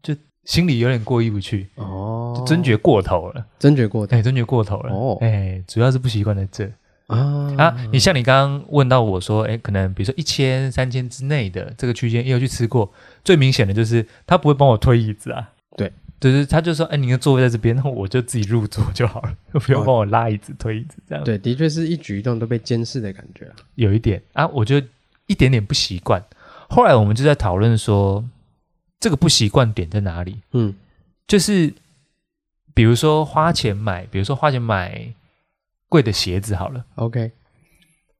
Speaker 1: 就心里有点过意不去，
Speaker 2: 哦，
Speaker 1: 就真觉过头了，
Speaker 2: 真觉过
Speaker 1: 哎、
Speaker 2: 的
Speaker 1: 真觉过头了，哎、
Speaker 2: 哦
Speaker 1: 主要是不习惯在这
Speaker 2: 啊
Speaker 1: 啊。你像你刚刚问到我说，哎、可能比如说一千、三千之内的这个区间，也有去吃过，最明显的就是他不会帮我推椅子啊。
Speaker 2: 对，
Speaker 1: 就是他就说，哎、你的座位在这边，那我就自己入座就好了， [LAUGHS] 就不用帮我拉椅子、推椅子这样。，
Speaker 2: 对，的确是一举一动都被监视的感觉啊。
Speaker 1: 有一点啊，我就一点点不习惯。后来我们就在讨论说，这个不习惯点在哪里？
Speaker 2: 嗯
Speaker 1: 就是比如说花钱买，比如说花钱买贵的鞋子好了，
Speaker 2: ，OK，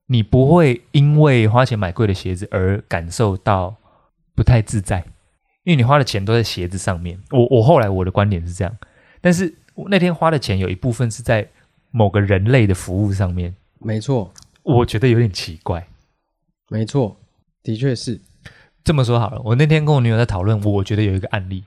Speaker 1: 你不会因为花钱买贵的鞋子而感受到不太自在，因为你花的钱都在鞋子上面。我我后来我的观点是这样，但是我那天花的钱有一部分是在某个人类的服务上面，
Speaker 2: 没错
Speaker 1: 我觉得有点奇怪。
Speaker 2: 没错，的确是
Speaker 1: 这么说好了，我那天跟我女友在讨论，我觉得有一个案例，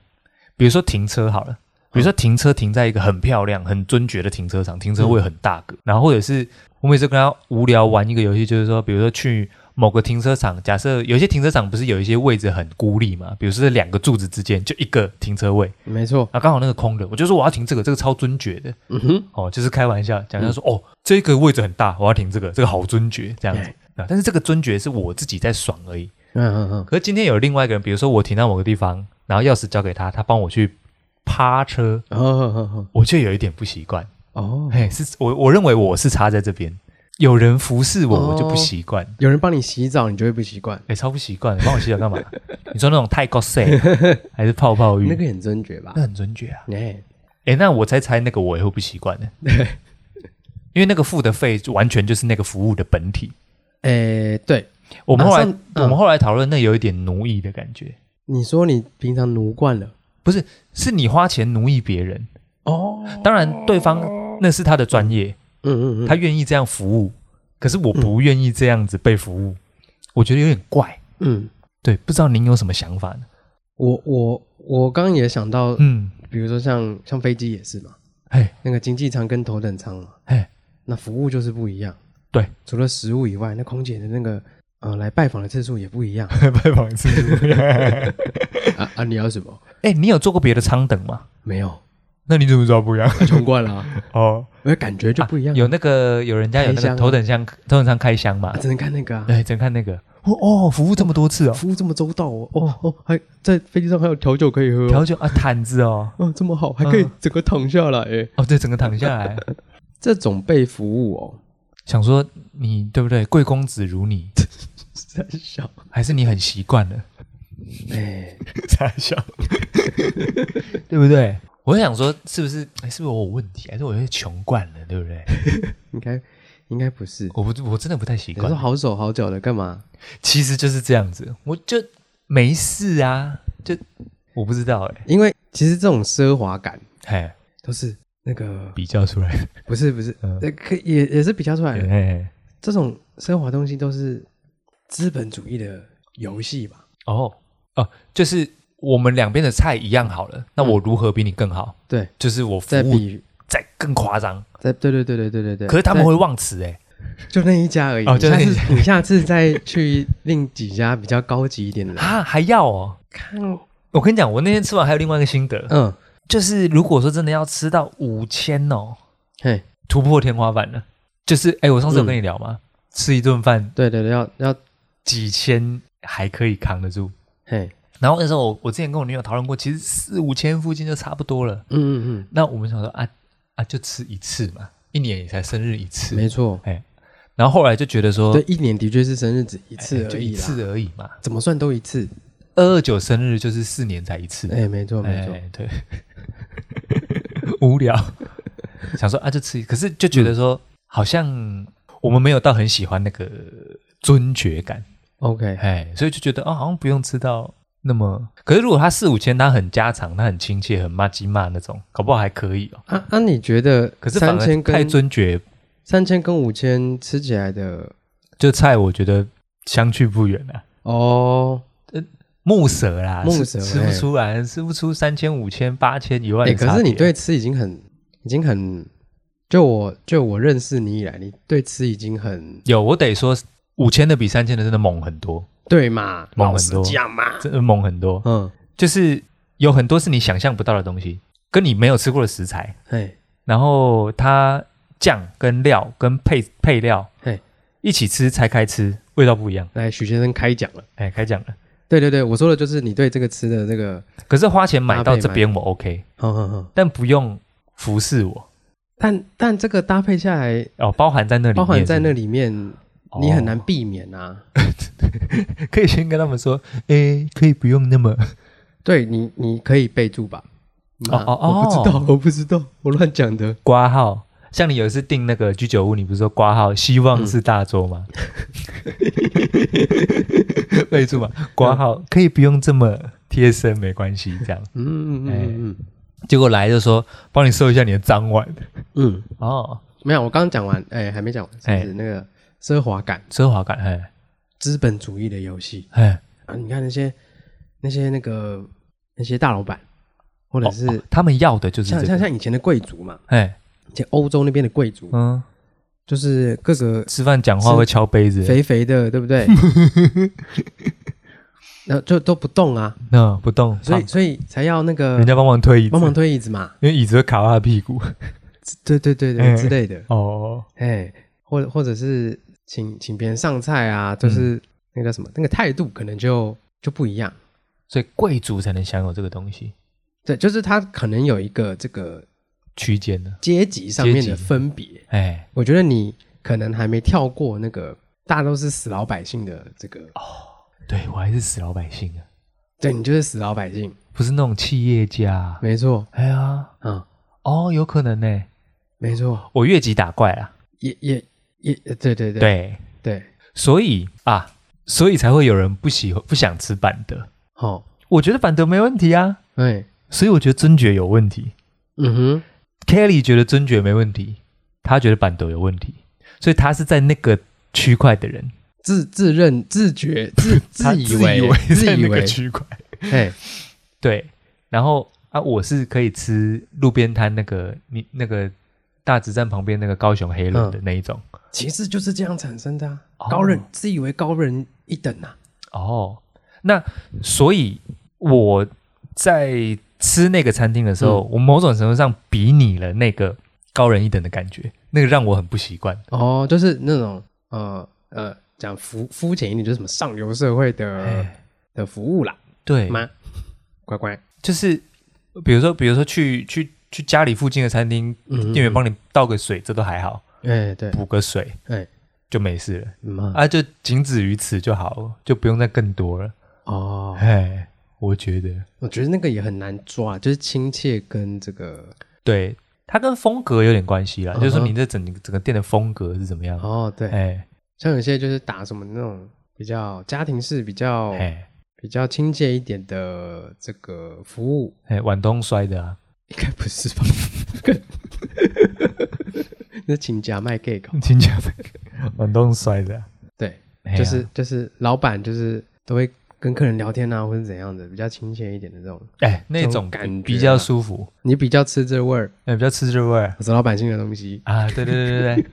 Speaker 1: 比如说停车好了，比如说停车停在一个很漂亮、很尊爵的停车场，停车位很大个，然后或者是我每次跟她无聊玩一个游戏，就是说，比如说去某个停车场，假设有一些停车场不是有一些位置很孤立嘛，比如说这两个柱子之间就一个停车位，
Speaker 2: 没错，
Speaker 1: 啊，刚好那个空的，我就说我要停这个，这个超尊爵的，
Speaker 2: 嗯哼，
Speaker 1: 哦，就是开玩笑讲，他说、哦，这个位置很大，我要停这个，这个好尊爵这样子。啊，但是这个尊爵是我自己在爽而已。
Speaker 2: 嗯嗯嗯，
Speaker 1: 可是今天有另外一个人，比如说我停到某个地方，然后钥匙交给他，他帮我去趴车，
Speaker 2: 哦哦
Speaker 1: 我却有一点不习惯。
Speaker 2: 哦哦，
Speaker 1: 嘿，是我我认为我是插在这边，有人服侍
Speaker 2: 哦
Speaker 1: 我，我就不习惯。
Speaker 2: 有人帮你洗澡，你就会不习惯，
Speaker 1: 哎、超不习惯，帮我洗澡干嘛？ [LAUGHS] 你说那种泰国
Speaker 2: [LAUGHS]
Speaker 1: C 还是泡泡浴？
Speaker 2: 那个很尊爵吧
Speaker 1: 那？很尊爵啊。
Speaker 2: 哎，
Speaker 1: 哎、那我才猜那个我也会不习
Speaker 2: [LAUGHS]
Speaker 1: 惯的，因为那个付的费就完全就是那个服务的本体。
Speaker 2: 哎，对，
Speaker 1: 我们后来、
Speaker 2: 马上嗯
Speaker 1: 我们后来讨论，那有一点奴役的感觉，
Speaker 2: 你说你平常奴惯了，
Speaker 1: 是你花钱奴役别人。
Speaker 2: 哦，
Speaker 1: 当然，对方那是他的专业，
Speaker 2: 嗯嗯嗯，
Speaker 1: 他愿意这样服务，可是我不愿意这样子被服务，我觉得有点怪。
Speaker 2: 嗯，
Speaker 1: 对，不知道您有什么想法呢？
Speaker 2: 我我我刚刚也想到，
Speaker 1: 嗯，
Speaker 2: 比如说像像飞机也是嘛，
Speaker 1: 嘿，
Speaker 2: 那个经济舱跟头等舱嘛，
Speaker 1: 嘿，
Speaker 2: 那服务就是不一样。
Speaker 1: 对，
Speaker 2: 除了食物以外，那空姐的那个呃来拜访的次数也不一
Speaker 1: [LAUGHS]
Speaker 2: 样
Speaker 1: [LAUGHS] 拜访一次。
Speaker 2: 啊啊！你要什么？
Speaker 1: [LAUGHS] 哎、你有坐过别的舱等吗？[LAUGHS]
Speaker 2: 没有，
Speaker 1: 那你怎么知道不一样？
Speaker 2: 穷惯了、啊，
Speaker 1: [LAUGHS] 哦，啊
Speaker 2: 我的感觉就不一样、
Speaker 1: 有那个有人家有那个
Speaker 2: 开箱
Speaker 1: 头等箱啊头等舱开箱嘛
Speaker 2: 啊，？只能看那个啊。
Speaker 1: 对，只能看那个。哦哦，服务这么多次哦，
Speaker 2: 服务这么周到哦，哦哦，还在飞机上还有调酒可以喝、哦，
Speaker 1: 调酒啊，毯子哦，
Speaker 2: 哦这么好，还可以
Speaker 1: 嗯
Speaker 2: 整个躺下来诶。
Speaker 1: 哦，对，整个躺下来，
Speaker 2: 这种被服
Speaker 1: [LAUGHS]
Speaker 2: 务哦，
Speaker 1: 想说你对不对？贵公子如你，
Speaker 2: 真笑
Speaker 1: 还是你很习惯了？
Speaker 2: 哎，
Speaker 1: 傻笑， [LAUGHS] 对不对？我想说，是不是？哎，是不是我有问题？还是我有点穷惯了，对不对？
Speaker 2: 应该应该不是。
Speaker 1: 我不，我真的不太习
Speaker 2: 你说
Speaker 1: 惯。
Speaker 2: 好手好脚的干嘛？
Speaker 1: 其实就是这样子，我就没事啊，就我不知道哎、
Speaker 2: 因为其实这种奢华感
Speaker 1: 欸，哎，
Speaker 2: 都是那个
Speaker 1: 比较出来，
Speaker 2: 不是不是，
Speaker 1: 嗯
Speaker 2: 呃，可也也是比较出来的。
Speaker 1: 哎，
Speaker 2: 这种奢华东西都是资本主义的游戏吧？
Speaker 1: 哦哦，就是我们两边的菜一样好了，那我如何比你更好？
Speaker 2: 对，
Speaker 1: 就是我服
Speaker 2: 在
Speaker 1: 务
Speaker 2: 比
Speaker 1: 嗯再更夸张，
Speaker 2: 在对对对对对对对。
Speaker 1: 可是他们会忘词哎、
Speaker 2: 在就那一家而已。
Speaker 1: 哦就那一
Speaker 2: 你
Speaker 1: 家
Speaker 2: 下次你下次再去另几家比较高级一点的
Speaker 1: 啊，还要哦。
Speaker 2: 看。
Speaker 1: 我跟你讲，我那天吃完还有另外一个心得，
Speaker 2: 嗯，
Speaker 1: 就是如果说真的要吃到五千哦，
Speaker 2: 嘿，嗯
Speaker 1: 突破天花板了。就是哎，我上次有跟你聊吗？吃一顿饭
Speaker 2: 对对对，要要
Speaker 1: 几千还可以扛得住。
Speaker 2: 嘿，
Speaker 1: 然后那时候我我之前跟我女友讨论过，其实四五千附近就差不多了。
Speaker 2: 嗯嗯
Speaker 1: 那我们想说啊啊，就吃一次嘛，一年也才生日一次
Speaker 2: 嗯，。没错。
Speaker 1: 然后后来就觉得说，
Speaker 2: 对，一年的确是生日只一
Speaker 1: 哦哎
Speaker 2: 次
Speaker 1: 就
Speaker 2: 而
Speaker 1: 一
Speaker 2: 已啦，
Speaker 1: 次而已嘛。
Speaker 2: 怎么算都一次。
Speaker 1: 二二九生日就是四年才一次，
Speaker 2: 哎，没错没错
Speaker 1: 哎，
Speaker 2: [LAUGHS]
Speaker 1: 对，无聊，想说啊就吃一，可是就觉得
Speaker 2: 嗯
Speaker 1: 说、好像我们没有到很喜欢那个尊爵感，
Speaker 2: ，OK，
Speaker 1: 哎，所以就觉得哦好像不用吃到那么，可是如果他四五千，他很家常，他很亲切，很骂鸡骂那种，搞不好还可以哦。
Speaker 2: 啊啊，你觉得
Speaker 1: 可是反
Speaker 2: 三
Speaker 1: 而
Speaker 2: 千
Speaker 1: 太
Speaker 2: 跟
Speaker 1: 尊爵，
Speaker 2: 三千跟五千吃起来的
Speaker 1: 就菜我觉得相去不远啊。
Speaker 2: 哦，
Speaker 1: 木蛇啦，
Speaker 2: 木
Speaker 1: 吃
Speaker 2: 蛇
Speaker 1: 吃不
Speaker 2: 哎
Speaker 1: 出来，吃不出三千、五千、八千、一万
Speaker 2: 哎、
Speaker 1: 的差别。啊
Speaker 2: 可是你对吃已经很已经很，就我就我认识你以来，你对吃已经很
Speaker 1: 有我得说，五千的比三千的真的猛很多，
Speaker 2: 对嘛，
Speaker 1: 猛
Speaker 2: 老
Speaker 1: 很
Speaker 2: 实
Speaker 1: 多
Speaker 2: 讲嘛，
Speaker 1: 真的猛很多。
Speaker 2: 嗯，
Speaker 1: 就是有很多是你想象不到的东西，跟你没有吃过的食材，
Speaker 2: 嘿，
Speaker 1: 然后它酱跟料跟配配料，
Speaker 2: 嘿，
Speaker 1: 一起吃拆开吃，味道不一样。
Speaker 2: 来许先生开讲了，
Speaker 1: 哎，开讲了。
Speaker 2: 对对对，我说的就是你对这个吃的这个，
Speaker 1: 可是花钱买
Speaker 2: 搭
Speaker 1: 到
Speaker 2: 配
Speaker 1: 这边我 OK，
Speaker 2: 哼哼哼，
Speaker 1: 但不用服侍我
Speaker 2: 但但这个搭配下来，
Speaker 1: 哦，包含在那里面是
Speaker 2: 包
Speaker 1: 不是，
Speaker 2: 含在那里面，你很难
Speaker 1: 哦
Speaker 2: 避免啊。
Speaker 1: 可以先跟他们说，哎，可以不用那么
Speaker 2: 对你，你可以备注吧。嗯
Speaker 1: 哦哦哦
Speaker 2: 我不知道，我不知道，我乱讲的。
Speaker 1: 挂号。像你有一次订那个居酒屋，你不是说挂号希望是大桌 [LAUGHS] 吗？备注嘛，挂号可以不用这么贴身，没关系。这样，
Speaker 2: 嗯嗯
Speaker 1: 哎
Speaker 2: 嗯
Speaker 1: 结果来就说帮你收一下你的脏碗
Speaker 2: 嗯嗯，
Speaker 1: 哦，
Speaker 2: 没有，我刚刚讲完，哎、还没讲完，是不
Speaker 1: 哎
Speaker 2: 是那个奢华感？
Speaker 1: 奢华感，哎
Speaker 2: 资本主义的游戏，
Speaker 1: 哎，
Speaker 2: 啊，你看那些那些那个那些大老板，或者是、
Speaker 1: 哦哦他们要的就是
Speaker 2: 像
Speaker 1: 这
Speaker 2: 像
Speaker 1: 个，
Speaker 2: 像以前的贵族嘛，
Speaker 1: 哎，
Speaker 2: 以前欧洲那边的贵族，
Speaker 1: 嗯，
Speaker 2: 就是各个
Speaker 1: 吃饭讲话
Speaker 2: 是
Speaker 1: 会敲杯子，
Speaker 2: 肥肥的，对
Speaker 1: [LAUGHS]
Speaker 2: 不对？然后就都不动啊，
Speaker 1: 那嗯不动，
Speaker 2: 所以
Speaker 1: 放
Speaker 2: 所以才要那个
Speaker 1: 人家帮忙推椅子，
Speaker 2: 帮忙推椅子嘛，
Speaker 1: 因为椅子会卡到他的屁股。
Speaker 2: 对对对
Speaker 1: 哎
Speaker 2: 对之类的，
Speaker 1: 哦，
Speaker 2: 哎，或者或者是请请别人上菜啊，
Speaker 1: 嗯
Speaker 2: 就是那个叫什么，那个态度可能就就不一样。
Speaker 1: 所以贵族才能享有这个东西，
Speaker 2: 对，就是他可能有一个这个
Speaker 1: 区间的，
Speaker 2: 阶级上面的
Speaker 1: 阶级
Speaker 2: 分别。
Speaker 1: 哎，
Speaker 2: 我觉得你可能还没跳过那个大家都是死老百姓的这个，
Speaker 1: 哦对我还是死老百姓啊，
Speaker 2: 对你就是死老百姓，
Speaker 1: 不是那种企业家啊。
Speaker 2: 没错，
Speaker 1: 哎呀，
Speaker 2: 啊，
Speaker 1: 哦，有可能呢。
Speaker 2: 没错，
Speaker 1: 我越级打怪啊，
Speaker 2: 也也也，对对对
Speaker 1: 对，
Speaker 2: 对，
Speaker 1: 所以啊，所以才会有人不喜欢不想吃板德。
Speaker 2: 好，
Speaker 1: 我觉得板德没问题啊，
Speaker 2: 哎，
Speaker 1: 所以我觉得尊爵有问题。
Speaker 2: 嗯哼，
Speaker 1: Kelly 觉得尊爵没问题，他觉得板德有问题，所以他是在那个区块的人，
Speaker 2: 自自认自觉自
Speaker 1: [LAUGHS] 他
Speaker 2: 自以为
Speaker 1: 在
Speaker 2: 自以
Speaker 1: 那个
Speaker 2: 为，
Speaker 1: 区块。
Speaker 2: 哎，
Speaker 1: 对，然后啊，我是可以吃路边摊那个你那个大直站旁边那个高雄黑轮的那一种。
Speaker 2: 其实就是这样产生的啊，
Speaker 1: 哦
Speaker 2: 高人自以为高人一等啊，
Speaker 1: 哦，那所以我在吃那个餐厅的时
Speaker 2: 嗯
Speaker 1: 候，我某种程度上比拟了那个高人一等的感觉，那个让我很不习惯。
Speaker 2: 哦，就是那种呃呃，讲肤肤浅一点，就是什么上流社会的
Speaker 1: 哎
Speaker 2: 的服务啦，
Speaker 1: 对，
Speaker 2: 妈，乖乖，
Speaker 1: 就是比如说，比如说去去去家里附近的餐厅，
Speaker 2: 嗯
Speaker 1: 店员帮你倒个水，这都还好，
Speaker 2: 哎对，
Speaker 1: 补个水
Speaker 2: 哎
Speaker 1: 就没事了
Speaker 2: 妈
Speaker 1: 啊，就仅止于此就好了，就不用再更多了。
Speaker 2: 哦，
Speaker 1: 哎，我觉得
Speaker 2: 我觉得那个也很难抓，就是亲切跟这个
Speaker 1: 对，它跟风格有点关系啦，
Speaker 2: 嗯哼
Speaker 1: 就是说你这整整个店的风格是怎么样。
Speaker 2: 哦对，
Speaker 1: 哎
Speaker 2: 像有些就是打什么那种比较家庭式、比较
Speaker 1: 哎
Speaker 2: 比较亲切一点的这个服务，
Speaker 1: 哎，碗东摔的啊，
Speaker 2: 应该不是吧？ [LAUGHS] 那请假卖 gay 搞，
Speaker 1: 听
Speaker 2: [LAUGHS]
Speaker 1: 讲这个碗东摔的啊，
Speaker 2: 对，
Speaker 1: 哎呀
Speaker 2: 就是就是老板就是都会跟客人聊天啊，或者怎样的，比较亲切一点的这种，
Speaker 1: 哎那
Speaker 2: 这
Speaker 1: 种
Speaker 2: 种感觉啊
Speaker 1: 比较舒服，
Speaker 2: 你比较吃这味儿，
Speaker 1: 哎比较吃这味儿
Speaker 2: 我是老板性的东西，
Speaker 1: 啊，对对对对对，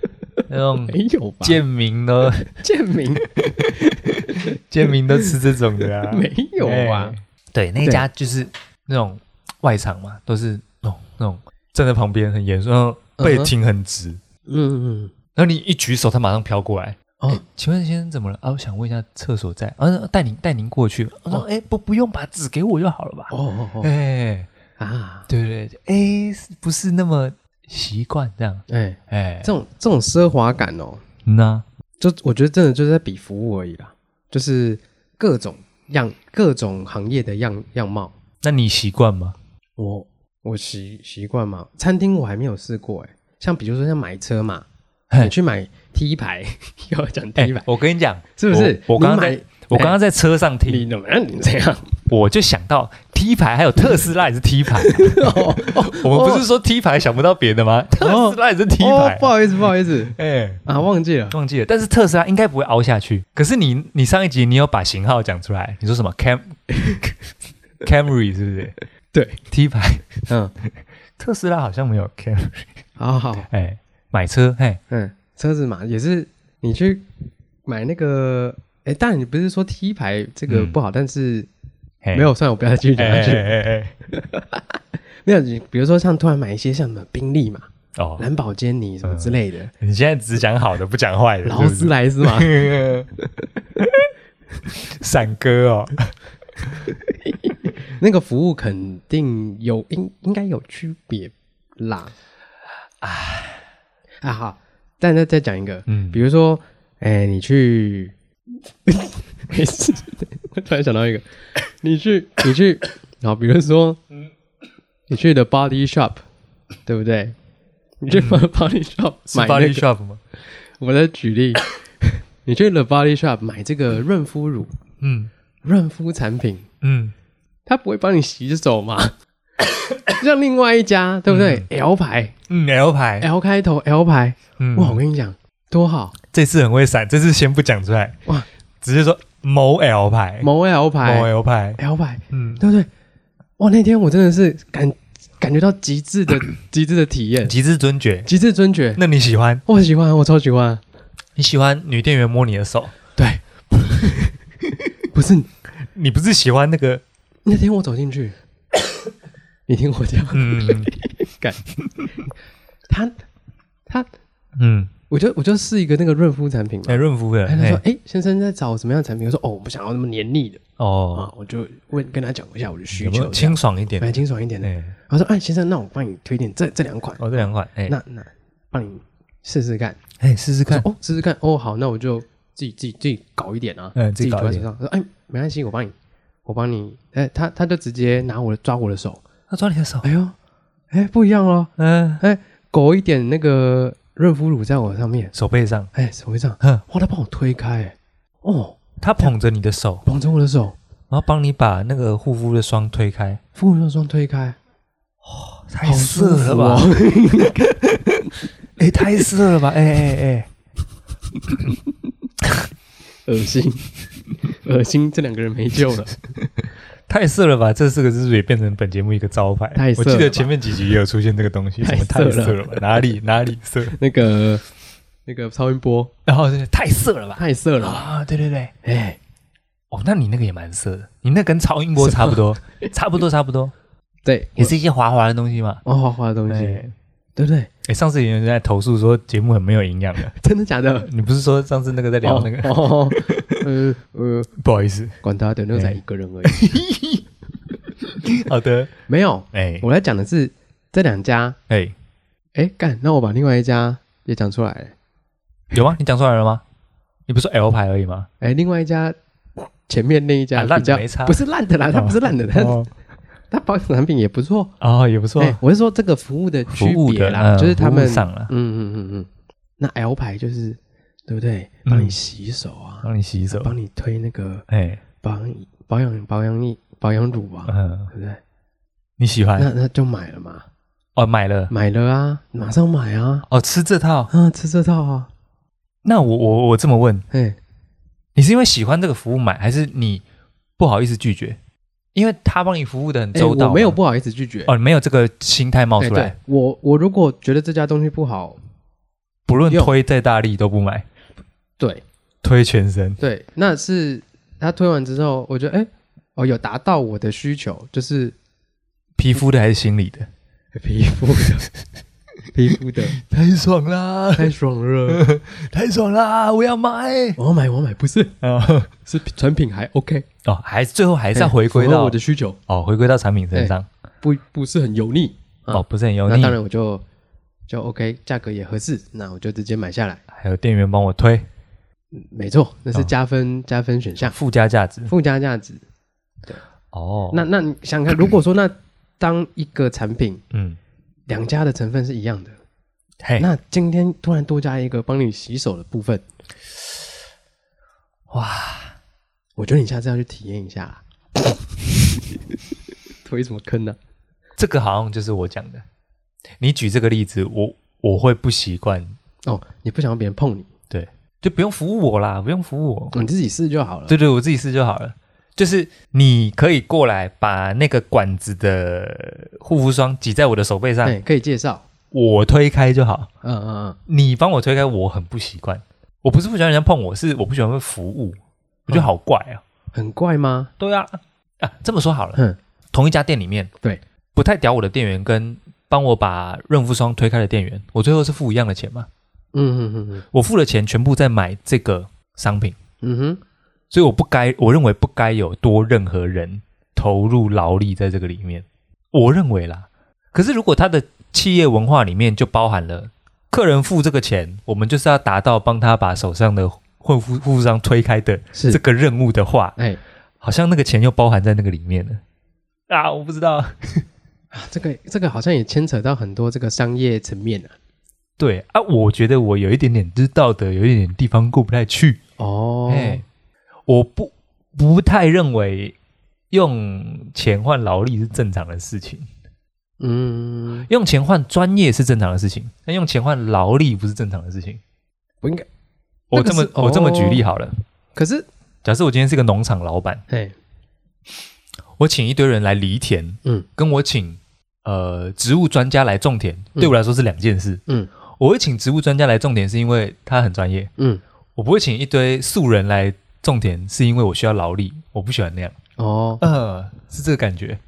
Speaker 2: [LAUGHS]
Speaker 1: 那种
Speaker 2: 没有啊吧？
Speaker 1: 贱民
Speaker 2: [LAUGHS]
Speaker 1: 都
Speaker 2: 建
Speaker 1: [LAUGHS]
Speaker 2: 明
Speaker 1: 贱民都吃这种的啊，
Speaker 2: 没有啊
Speaker 1: 哎，对，那一家就是那种外场嘛，都是那种那种站在旁边很严肃，然后背
Speaker 2: 嗯哼
Speaker 1: 挺很直，
Speaker 2: 嗯嗯，
Speaker 1: 然后你一举手，他马上飘过来。
Speaker 2: 哦
Speaker 1: 哦，请问先生怎么了？啊，我想问一下厕所在，啊，带您带您过去。我说，哎、不不用吧，纸给我就好了吧。
Speaker 2: 哦嗯哦
Speaker 1: 哎、
Speaker 2: 哦啊，
Speaker 1: 对对对，哎、是不是那么习惯这样，
Speaker 2: 哎，
Speaker 1: 哎、
Speaker 2: 这种这种奢华感哦，
Speaker 1: 嗯呐、
Speaker 2: 就我觉得真的就是在比服务而已啦，就是各种样各种行业的样样貌。
Speaker 1: 那你习惯吗？
Speaker 2: 我我习习惯嘛，餐厅我还没有试过哎、像比如说像买车嘛，
Speaker 1: 嘿
Speaker 2: 你去买 T 牌， [LAUGHS] 又要讲
Speaker 1: 哎、
Speaker 2: T 牌，
Speaker 1: 我跟你讲，
Speaker 2: 是不是？
Speaker 1: 我我刚刚
Speaker 2: 你
Speaker 1: 在
Speaker 2: 买，
Speaker 1: 我刚刚在车上
Speaker 2: 你
Speaker 1: 听，
Speaker 2: 怎么样？你这样？
Speaker 1: 我就想到 T 牌还有特斯拉也是 T 牌。
Speaker 2: [LAUGHS] 哦
Speaker 1: [LAUGHS] 我们不是说 T 牌想不到别的吗？特斯拉也是 T
Speaker 2: 哦
Speaker 1: 牌啊
Speaker 2: 不。好意思，不好意思
Speaker 1: 哎、
Speaker 2: 啊，忘记了。
Speaker 1: 忘记了，但是特斯拉应该不会凹下去。可是你你上一集你有把型号讲出来，你说什么
Speaker 2: [LAUGHS]
Speaker 1: Cam Camry 是不是
Speaker 2: 对，
Speaker 1: T 牌？
Speaker 2: 嗯，
Speaker 1: 特斯拉好像没有 Cam。
Speaker 2: 好好，好
Speaker 1: 哎，买车哎，
Speaker 2: 嗯，车子嘛也是你去买那个，哎，但你不是说 T 牌这个
Speaker 1: 嗯
Speaker 2: 不好，但是
Speaker 1: 嘿
Speaker 2: 没有，算了，我不要再继续讲
Speaker 1: 哎哎
Speaker 2: 下去。
Speaker 1: 哎哎
Speaker 2: 没有，你比如说像突然买一些像什么宾利嘛、
Speaker 1: 哎哦，
Speaker 2: 兰博基尼什么之类的，
Speaker 1: 你现在只讲好的不讲坏的，
Speaker 2: 劳斯莱斯嘛， [LAUGHS]
Speaker 1: 莱闪哥哦，
Speaker 2: 那个服务肯定有应应该有区别啦。啊啊好，但再再讲一个，
Speaker 1: 嗯
Speaker 2: 比如说，哎、你去， [LAUGHS] 没事，我突然想到一个，你去你去，好，比如说，你去的 Body Shop，如对不对？你去 Body Shop
Speaker 1: 嗯是
Speaker 2: 买那
Speaker 1: Body
Speaker 2: 个
Speaker 1: Shop 吗？
Speaker 2: 我在举例，你去 The Body Shop 买这个润肤乳、
Speaker 1: 嗯
Speaker 2: 润肤产品，
Speaker 1: 嗯，
Speaker 2: 他不会帮你洗手嘛？ [COUGHS] 像另外一家，对不对、l 牌
Speaker 1: 嗯，L 牌，
Speaker 2: ，L 开头，L 牌，
Speaker 1: 嗯，
Speaker 2: 哇，我跟你讲，多好！
Speaker 1: 这次很会闪，这次先不讲出来，
Speaker 2: 哇，
Speaker 1: 直接说某 L 牌，
Speaker 2: 某 L
Speaker 1: 哎某
Speaker 2: 牌
Speaker 1: L 牌，
Speaker 2: ，L 牌，
Speaker 1: 嗯，
Speaker 2: 对不对？哇，那天我真的是感感觉到极致
Speaker 1: [COUGHS]
Speaker 2: 的极致的体验，
Speaker 1: 极致尊爵。
Speaker 2: 极致尊爵，
Speaker 1: 那你喜欢？
Speaker 2: 我喜欢，我超喜欢。
Speaker 1: 你喜欢女店员摸你的手？
Speaker 2: 对， [LAUGHS] 不是
Speaker 1: 你不是喜欢那个？
Speaker 2: 那天我走进
Speaker 1: [COUGHS]
Speaker 2: 去，你听我讲，
Speaker 1: 嗯
Speaker 2: 他他，
Speaker 1: [LAUGHS] 嗯，
Speaker 2: 我就我就试一个那个润肤产品嘛
Speaker 1: 哎，，润肤的，
Speaker 2: 哎他说
Speaker 1: 哎，
Speaker 2: 哎、先生在找什么样的产品？我说哦，我不想要那么黏腻的啊
Speaker 1: 哦，，
Speaker 2: 我就问跟他讲一下我的需
Speaker 1: 有没有
Speaker 2: 求，这样
Speaker 1: 清爽一点？
Speaker 2: 哎清爽一点的。
Speaker 1: 哎，
Speaker 2: 他说哎先生，那我帮你推荐这这两款，
Speaker 1: 哦，这两款，哎，
Speaker 2: 那那帮你试试看。
Speaker 1: 哎，试试
Speaker 2: 我说
Speaker 1: 看，
Speaker 2: 哦试试看哦好，那我就自己自己自己搞一点啊，
Speaker 1: 嗯
Speaker 2: 自
Speaker 1: 自己
Speaker 2: 己
Speaker 1: 搞
Speaker 2: 涂在
Speaker 1: 一
Speaker 2: 手
Speaker 1: 点
Speaker 2: 上。他说哎没关系，我帮你我帮你。哎他他就直接拿我的抓我的手，
Speaker 1: 他抓你的手，
Speaker 2: 哎呦哎不一样哦，
Speaker 1: 嗯，
Speaker 2: 裹一点那个润肤乳在我上面，
Speaker 1: 手背上，
Speaker 2: 哎手会这样，
Speaker 1: 哼，
Speaker 2: 哇他帮我推开，哎哦
Speaker 1: 他捧着你的手，
Speaker 2: 绑着我的手。
Speaker 1: 然后帮你把那个护肤的霜推开，
Speaker 2: 护肉霜推开，
Speaker 1: 太
Speaker 2: 好舒
Speaker 1: 色啊了
Speaker 2: 服
Speaker 1: 哎吧？
Speaker 2: 哦！
Speaker 1: 哎，太色了吧？哎哎哎，
Speaker 2: 恶心， [LAUGHS] 恶心，这两个人没救
Speaker 1: [LAUGHS]
Speaker 2: 了。
Speaker 1: 太色了吧？这四个字也变成本节目一个招牌。
Speaker 2: 太色
Speaker 1: 我
Speaker 2: 了吧
Speaker 1: 记得前面几集也有出现这个东西，什么太
Speaker 2: 太色了
Speaker 1: 色了吧？哪里哪里色？
Speaker 2: 那个那个超音波
Speaker 1: 然后就是太色了吧？
Speaker 2: 太色了，
Speaker 1: 啊，对对对，
Speaker 2: 哎，
Speaker 1: 哦，那你那个也蛮色的，你那跟超音波差不 [LAUGHS] 多，差不多差不多，
Speaker 2: 对，
Speaker 1: 也是一些滑滑的东西嘛。
Speaker 2: 我哦，花花的东西，
Speaker 1: 哎
Speaker 2: 对不对？
Speaker 1: 哎，上次有人在投诉说节目很没有营养的，
Speaker 2: 真的假的？
Speaker 1: 你不是说上次那个在 [LAUGHS] 聊那个？ [LAUGHS]
Speaker 2: 哦，哦呃呃，
Speaker 1: 不好意
Speaker 2: [LAUGHS]
Speaker 1: 思，
Speaker 2: 管他的，那个才
Speaker 1: 哎
Speaker 2: 一个人而已。
Speaker 1: 好的，
Speaker 2: 没有，
Speaker 1: 哎
Speaker 2: 我来讲的是这两家。
Speaker 1: 哎，
Speaker 2: 哎，干，那我把另外一家也讲出来了。
Speaker 1: 有吗？你讲出来了吗？你不是说 L 牌而已吗？
Speaker 2: 哎，另外一家前面那一
Speaker 1: 啊
Speaker 2: 家
Speaker 1: 烂的
Speaker 2: 比较
Speaker 1: 没差
Speaker 2: 不是烂的啦，它不是烂的，它
Speaker 1: 哦
Speaker 2: 它保养产品也不错。
Speaker 1: 哦，也不错
Speaker 2: 哎、，我是说这个服务的
Speaker 1: 服
Speaker 2: 区
Speaker 1: 务
Speaker 2: 别
Speaker 1: 的
Speaker 2: 啦，
Speaker 1: 嗯
Speaker 2: 就是他们
Speaker 1: 服务，上了
Speaker 2: 嗯，嗯嗯嗯，那 L 牌就是对不对？
Speaker 1: 嗯
Speaker 2: 帮你洗手啊，
Speaker 1: 帮你洗手，
Speaker 2: 帮你推那个
Speaker 1: 哎，
Speaker 2: 保养保养保养液保养乳啊，
Speaker 1: 嗯，
Speaker 2: 对不对？
Speaker 1: 你喜欢
Speaker 2: 那那就买了嘛，
Speaker 1: 哦，买了
Speaker 2: 买了啊，马上买啊，
Speaker 1: 哦，吃这套。
Speaker 2: 啊，吃这套啊，
Speaker 1: 那我我我这么问，
Speaker 2: 哎，
Speaker 1: 你是因为喜欢这个服务买，还是你不好意思拒绝？因为他帮你服务的很
Speaker 2: 哎
Speaker 1: 周到嘛、
Speaker 2: 我没有不好意思拒绝。
Speaker 1: 哦，你没有这个心态冒
Speaker 2: 哎
Speaker 1: 出
Speaker 2: 对
Speaker 1: 来，
Speaker 2: 我我如果觉得这家东西不好，
Speaker 1: 不论
Speaker 2: 用
Speaker 1: 推再大力都不买，
Speaker 2: 对
Speaker 1: 推全身。
Speaker 2: 对，那是他推完之后，我觉得哎，哦，有达到我的需求，就是哎
Speaker 1: 皮肤的还是心理的？
Speaker 2: 皮肤的， [LAUGHS] 皮肤的
Speaker 1: 太爽 [LAUGHS] 啦！
Speaker 2: 太爽了！
Speaker 1: 太爽啦！我要买
Speaker 2: 我要买，我要买，不是
Speaker 1: 哦，
Speaker 2: [LAUGHS] 是产品还 OK，
Speaker 1: 哦还是最后还
Speaker 2: 还
Speaker 1: 是要回归到
Speaker 2: 我的需求，
Speaker 1: 哦，回归到产品身上、
Speaker 2: 不不是很油腻。啊
Speaker 1: 哦，不是很油
Speaker 2: 那
Speaker 1: 腻
Speaker 2: 当。然我就就 OK，价格也合适，那我就直接买下来。
Speaker 1: 还有店员帮我推
Speaker 2: 嗯没错，那是
Speaker 1: 哦
Speaker 2: 加分、加分选项，
Speaker 1: 附加价值
Speaker 2: 附加价值。
Speaker 1: 哦。
Speaker 2: 那那你想想看，如果说那当一个产品
Speaker 1: 嗯，
Speaker 2: 两家的成分是一样的，
Speaker 1: 嘿，
Speaker 2: 那今天突然多加一个帮你洗手的部分，
Speaker 1: 哇，
Speaker 2: 我觉得你下次要去体验一
Speaker 1: [LAUGHS]
Speaker 2: 下啦。推什么坑啊呢、
Speaker 1: 这个好像就是我讲的。你举这个例子，我我会不习惯，
Speaker 2: 哦，你不想要别人碰你，
Speaker 1: 对，就不用服务我啦，不用服务我。
Speaker 2: 你自己试就好了。
Speaker 1: 对对，我自己试就好了。就是你可以过来把那个管子的护肤霜挤在我的手背上，
Speaker 2: 哎，可以介绍。
Speaker 1: 我推开就好。
Speaker 2: 嗯嗯
Speaker 1: 你帮我推开，我很不习惯。我不是不喜欢人家碰我，是我不喜欢被服务，我觉得好怪啊。
Speaker 2: 嗯，很怪
Speaker 1: 嗯
Speaker 2: 吗？
Speaker 1: 对啊，啊，这么说好了，
Speaker 2: 哼，
Speaker 1: 同一家店里面，
Speaker 2: 对，
Speaker 1: 不太屌我的店员跟帮我把润肤霜推开的店员，我最后是付一样的钱嘛？
Speaker 2: 嗯嗯嗯
Speaker 1: 我付的钱全部在买这个商品。
Speaker 2: 嗯哼，
Speaker 1: 所以我不该，我认为不该有多任何人投入劳力在这个里面。我认为啦，可是如果他的企业文化里面就包含了客人付这个钱，我们就是要达到帮他把手上的护肤护肤商推开的
Speaker 2: 是
Speaker 1: 这个任务的话，
Speaker 2: 哎
Speaker 1: 好像那个钱又包含在那个里面了。啊，我不知道。
Speaker 2: 啊，这个这个好像也牵扯到很多这个商业层面啊。
Speaker 1: 对啊，我觉得我有一点点知道的，有一点点地方过不太去。
Speaker 2: 哦，
Speaker 1: 哎，我不不太认为用钱换劳力是正常的事情，
Speaker 2: 嗯，
Speaker 1: 用钱换专业是正常的事情，但用钱换劳力不是正常的事情。
Speaker 2: 不应该。
Speaker 1: 我
Speaker 2: 那个
Speaker 1: 这么、
Speaker 2: 是
Speaker 1: 我这么举例
Speaker 2: 哦
Speaker 1: 好了，
Speaker 2: 可是
Speaker 1: 假设我今天是个农场老板，
Speaker 2: 嘿，
Speaker 1: 我请一堆人来犁田，
Speaker 2: 嗯
Speaker 1: 跟我请呃植物专家来种田，
Speaker 2: 嗯
Speaker 1: 对我来说是两件事。
Speaker 2: 嗯
Speaker 1: 我会请植物专家来种田，是因为他很专业；
Speaker 2: 嗯，
Speaker 1: 我不会请一堆素人来种田，是因为我需要劳力，我不喜欢那样。
Speaker 2: 哦，
Speaker 1: 呃，是这个感觉。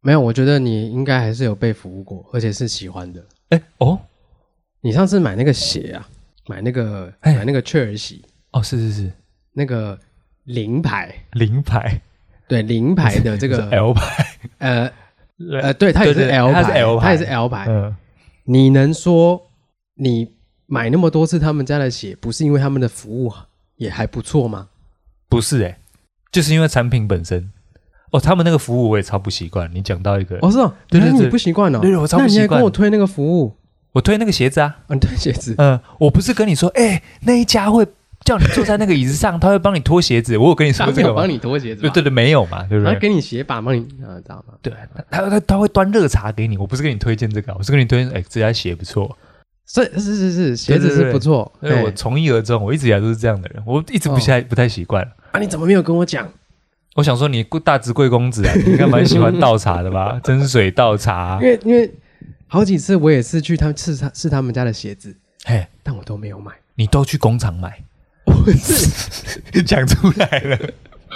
Speaker 2: 没有，我觉得你应该还是有被服务过，而且是喜欢的。
Speaker 1: 哎，哦，
Speaker 2: 你上次买那个鞋啊，买那个
Speaker 1: 嘿
Speaker 2: 买那个雀儿鞋，
Speaker 1: 哦，是是是，
Speaker 2: 那个零牌，
Speaker 1: 零牌，
Speaker 2: 对零牌
Speaker 1: [LAUGHS]
Speaker 2: 的这
Speaker 1: 是
Speaker 2: 个
Speaker 1: L 牌，
Speaker 2: 呃呃，对，它也是
Speaker 1: 对对
Speaker 2: L
Speaker 1: 它
Speaker 2: 牌，
Speaker 1: 是 L 牌
Speaker 2: 它也是 L 牌。
Speaker 1: 嗯，
Speaker 2: 你能说你买那么多次他们家的鞋，不是因为他们的服务也还不错吗？
Speaker 1: 不是哎、就是因为产品本身。哦，他们那个服务我也超不习惯。你讲到一个，
Speaker 2: 哦，是哦，
Speaker 1: 对对
Speaker 2: 原来
Speaker 1: 对
Speaker 2: 你不习惯哦，
Speaker 1: 对对我超不
Speaker 2: 那你
Speaker 1: 习
Speaker 2: 还跟
Speaker 1: 惯
Speaker 2: 我推那个服务，
Speaker 1: 我推那个鞋子啊，
Speaker 2: 啊，你推
Speaker 1: [LAUGHS]
Speaker 2: 鞋子，
Speaker 1: 嗯，我不是跟你说，哎、那一家会叫你坐在那个椅子上，他会帮你脱鞋子。我有跟你说
Speaker 2: 他没
Speaker 1: 这
Speaker 2: 有
Speaker 1: 个吗
Speaker 2: 帮？你脱鞋子吧，
Speaker 1: 对对对，没有嘛，对不
Speaker 2: 他
Speaker 1: 对？
Speaker 2: 给你鞋把帮你，啊，知道吗？
Speaker 1: 对，他他他会端热茶给你，我不是跟你推荐这个啊，我是跟你推荐，哎、这家鞋不错。
Speaker 2: 是是是是，鞋
Speaker 1: 对
Speaker 2: 子
Speaker 1: 对
Speaker 2: 是
Speaker 1: 对
Speaker 2: 不错。
Speaker 1: 所以我
Speaker 2: 哎
Speaker 1: 从一而终，我一直以来都是这样的人，我一直
Speaker 2: 哦
Speaker 1: 不太、不太习惯。
Speaker 2: 啊，你怎么没有跟我讲？
Speaker 1: 我想说你大直贵公子啊，你应该蛮喜欢倒茶的吧？ [LAUGHS] 真水倒茶啊
Speaker 2: 因，为因为好几次我也是去他们试他试他们家的鞋子，
Speaker 1: 嘿，
Speaker 2: 但我都没有买，
Speaker 1: 你都去工厂买，
Speaker 2: 我是
Speaker 1: 讲出来了，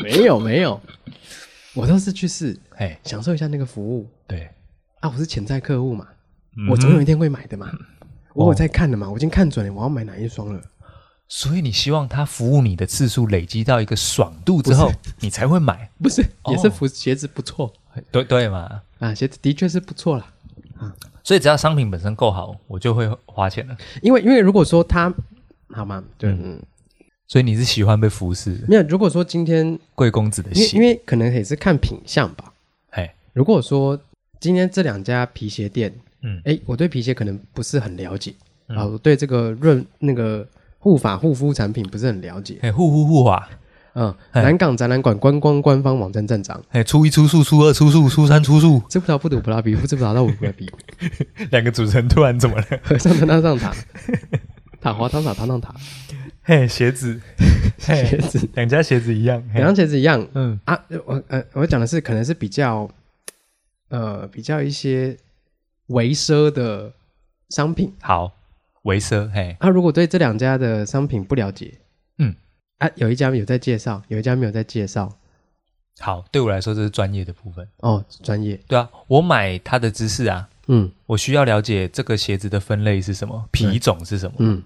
Speaker 2: 没有没有，我都是去试，
Speaker 1: 嘿，
Speaker 2: 享受一下那个服务
Speaker 1: 对，
Speaker 2: 啊，我是潜在客户嘛，我总有一天会买的嘛，我有在看的嘛，我已经看准了我要买哪一双了，
Speaker 1: 所以你希望他服务你的次数累积到一个爽度之后，你才会买，
Speaker 2: 不是
Speaker 1: 哦
Speaker 2: 也是服鞋子不错
Speaker 1: 对对嘛？
Speaker 2: 啊，鞋子的确是不错啦，
Speaker 1: 所以只要商品本身够好，我就会花钱了。
Speaker 2: 因为因为如果说他好吗？对，嗯，
Speaker 1: 所以你是喜欢被服侍的
Speaker 2: 没有，如果说今天
Speaker 1: 贵公子的
Speaker 2: 因为因
Speaker 1: 鞋，
Speaker 2: 为可能也是看品相吧，
Speaker 1: 嘿，
Speaker 2: 如果说今天这两家皮鞋店，
Speaker 1: 嗯
Speaker 2: 哎，我对皮鞋可能不是很了解，
Speaker 1: 嗯
Speaker 2: 啊，我对这个润那个护发护肤产品不是很了解，
Speaker 1: 嘿，护护护啊，
Speaker 2: 嗯，
Speaker 1: 哎
Speaker 2: 南港展览馆观光官方网站站长，
Speaker 1: 嘿，初一初数初二初数初三初数，
Speaker 2: 吃葡萄不吐葡萄皮，不吃葡萄倒吐葡萄皮，
Speaker 1: 两个主持人突然怎么了？
Speaker 2: 和尚堂堂上塔，塔滑汤塔汤汤塔，
Speaker 1: 嘿，鞋子，
Speaker 2: [LAUGHS] 鞋
Speaker 1: 嘿，
Speaker 2: 子，
Speaker 1: 两家鞋子一样，嘿
Speaker 2: 两双鞋子一样
Speaker 1: 嗯
Speaker 2: 哎啊，我呃我讲的是可能是比较，呃比较一些维奢的商品。，啊
Speaker 1: 好，维奢，嘿，
Speaker 2: 他如果对这两家的商品不了解，
Speaker 1: 嗯，
Speaker 2: 啊，有一家有在介绍，有一家没有在介绍，
Speaker 1: 好，对我来说这是专业的部分。
Speaker 2: 哦，专业，
Speaker 1: 对啊，我买它的知识啊，
Speaker 2: 嗯
Speaker 1: 我需要了解这个鞋子的分类是什么，皮种是什么，
Speaker 2: 嗯，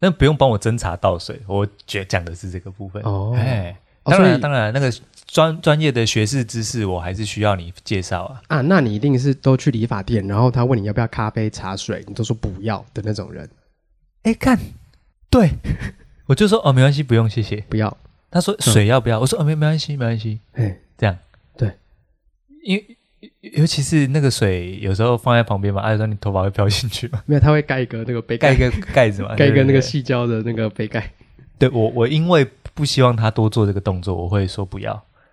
Speaker 1: 那不用帮我斟茶倒水。我觉讲的是这个部分。
Speaker 2: 哦
Speaker 1: 哎，
Speaker 2: 哦
Speaker 1: 当
Speaker 2: 所
Speaker 1: 然
Speaker 2: 以
Speaker 1: 当然，那个专专业的学士知识，我还是需要你介绍啊。
Speaker 2: 啊，那你一定是都去理发店，然后他问你要不要咖啡、茶水，你都说不要的那种人，
Speaker 1: 哎，看，对， [LAUGHS] 我就说哦，没关系，不用，谢谢。
Speaker 2: 不要，
Speaker 1: 他
Speaker 2: 嗯
Speaker 1: 说水要不要？我说哦，没没关系，没关系，
Speaker 2: 哎，
Speaker 1: 这样。
Speaker 2: 对，
Speaker 1: 因为尤其是那个水有时候放在旁边嘛，而且说你头发会飘进去嘛。
Speaker 2: 没有，他会盖一个那个
Speaker 1: [LAUGHS]
Speaker 2: 杯
Speaker 1: 盖
Speaker 2: 盖
Speaker 1: 一，个盖子嘛，
Speaker 2: 盖一个那
Speaker 1: [LAUGHS] 对对
Speaker 2: 个细胶的那个杯盖，
Speaker 1: 对我我因为不希望他多做这个动作，我会说不要。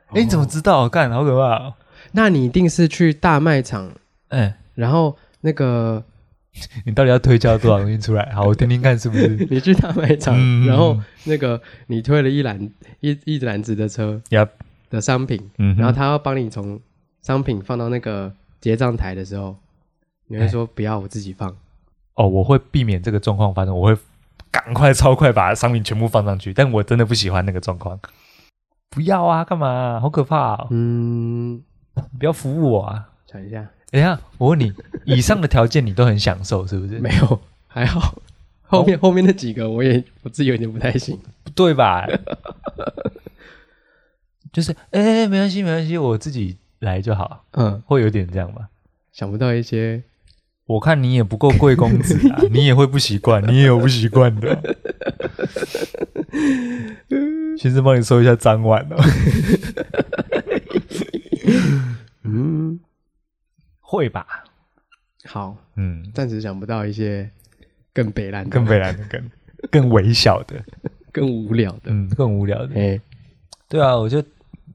Speaker 1: 哎，你怎么知道？干，好可怕哦！
Speaker 2: 那你一定是去大卖场，
Speaker 1: 嗯，
Speaker 2: 然后那个
Speaker 1: 你到底要推销多少东西出来？好，我听听看是不是
Speaker 2: [LAUGHS] 你去大卖场，
Speaker 1: 嗯
Speaker 2: 然后那个你推了一篮一一篮子的车
Speaker 1: Yep
Speaker 2: 的商品，
Speaker 1: 嗯哼
Speaker 2: 然后他要帮你从商品放到那个结账台的时候，你会说不要，我自己放。
Speaker 1: 哦，我会避免这个状况发生，我会赶快超快把商品全部放上去，但我真的不喜欢那个状况。不要啊，干嘛啊、好可怕哦！
Speaker 2: 嗯，
Speaker 1: 不要服务我啊！
Speaker 2: 想一下，
Speaker 1: 等一下，我问你，以上的条件你都很享受是不是？
Speaker 2: 没有，还好。后 [LAUGHS] 面、后面那几个我也我自己有点不太行。
Speaker 1: 不对吧？就是哎、没关系，没关系，我自己来就好。
Speaker 2: 嗯，
Speaker 1: 会有点这样吧？
Speaker 2: 想不到一些
Speaker 1: 我看你也不够贵公子 [LAUGHS] 啊，你也会不习惯，你也有不习惯的。先生帮你收一下脏碗哦。
Speaker 2: 嗯
Speaker 1: 会吧？
Speaker 2: 好，
Speaker 1: 嗯，
Speaker 2: 暂时想不到一些更北烂的、
Speaker 1: 更北蓝的更更微小的，
Speaker 2: 更无聊的。
Speaker 1: 嗯，更无聊的。
Speaker 2: 哎、
Speaker 1: 对啊，我就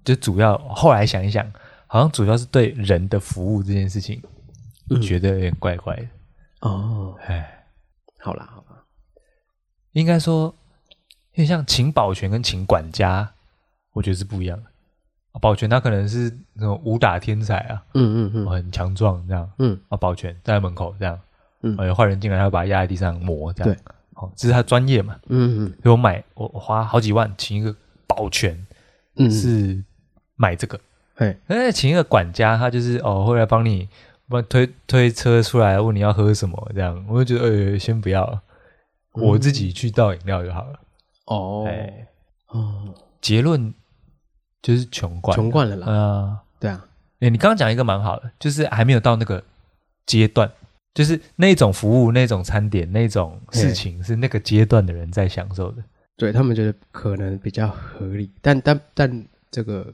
Speaker 1: 就主要后来想一想，好像主要是对人的服务这件事情，
Speaker 2: 嗯
Speaker 1: 觉得有点怪怪的。
Speaker 2: 哦，
Speaker 1: 哎，
Speaker 2: 好啦好啦，
Speaker 1: 应该说，有点像请保全跟请管家我觉得是不一样的。啊保全他可能是那种武打天才啊，
Speaker 2: 嗯嗯嗯
Speaker 1: 很强壮这样，
Speaker 2: 嗯，
Speaker 1: 啊，保全站在门口这样，
Speaker 2: 嗯
Speaker 1: 啊有坏人进来，他会把他压在地上磨这样，
Speaker 2: 对，
Speaker 1: 哦，这是他专业嘛，
Speaker 2: 嗯嗯
Speaker 1: 所以我买我我花好几万请一个保全
Speaker 2: 嗯，
Speaker 1: 是买这个，
Speaker 2: 哎，
Speaker 1: 哎，请一个管家，他就是哦会来帮你帮推推车出来，问你要喝什么这样，我就觉得呃先不要，我自己去倒饮料就好了，
Speaker 2: 哦
Speaker 1: 哎，
Speaker 2: 哦，
Speaker 1: 结论就是穷惯，
Speaker 2: 穷惯了啦，
Speaker 1: 啊。
Speaker 2: 对啊，
Speaker 1: 欸，你刚刚讲一个蛮好的，就是还没有到那个阶段，就是那种服务、那种餐点、那种事情，是那个阶段的人在享受的。
Speaker 2: 对他们觉得可能比较合理，但但但
Speaker 1: [LAUGHS]
Speaker 2: 这个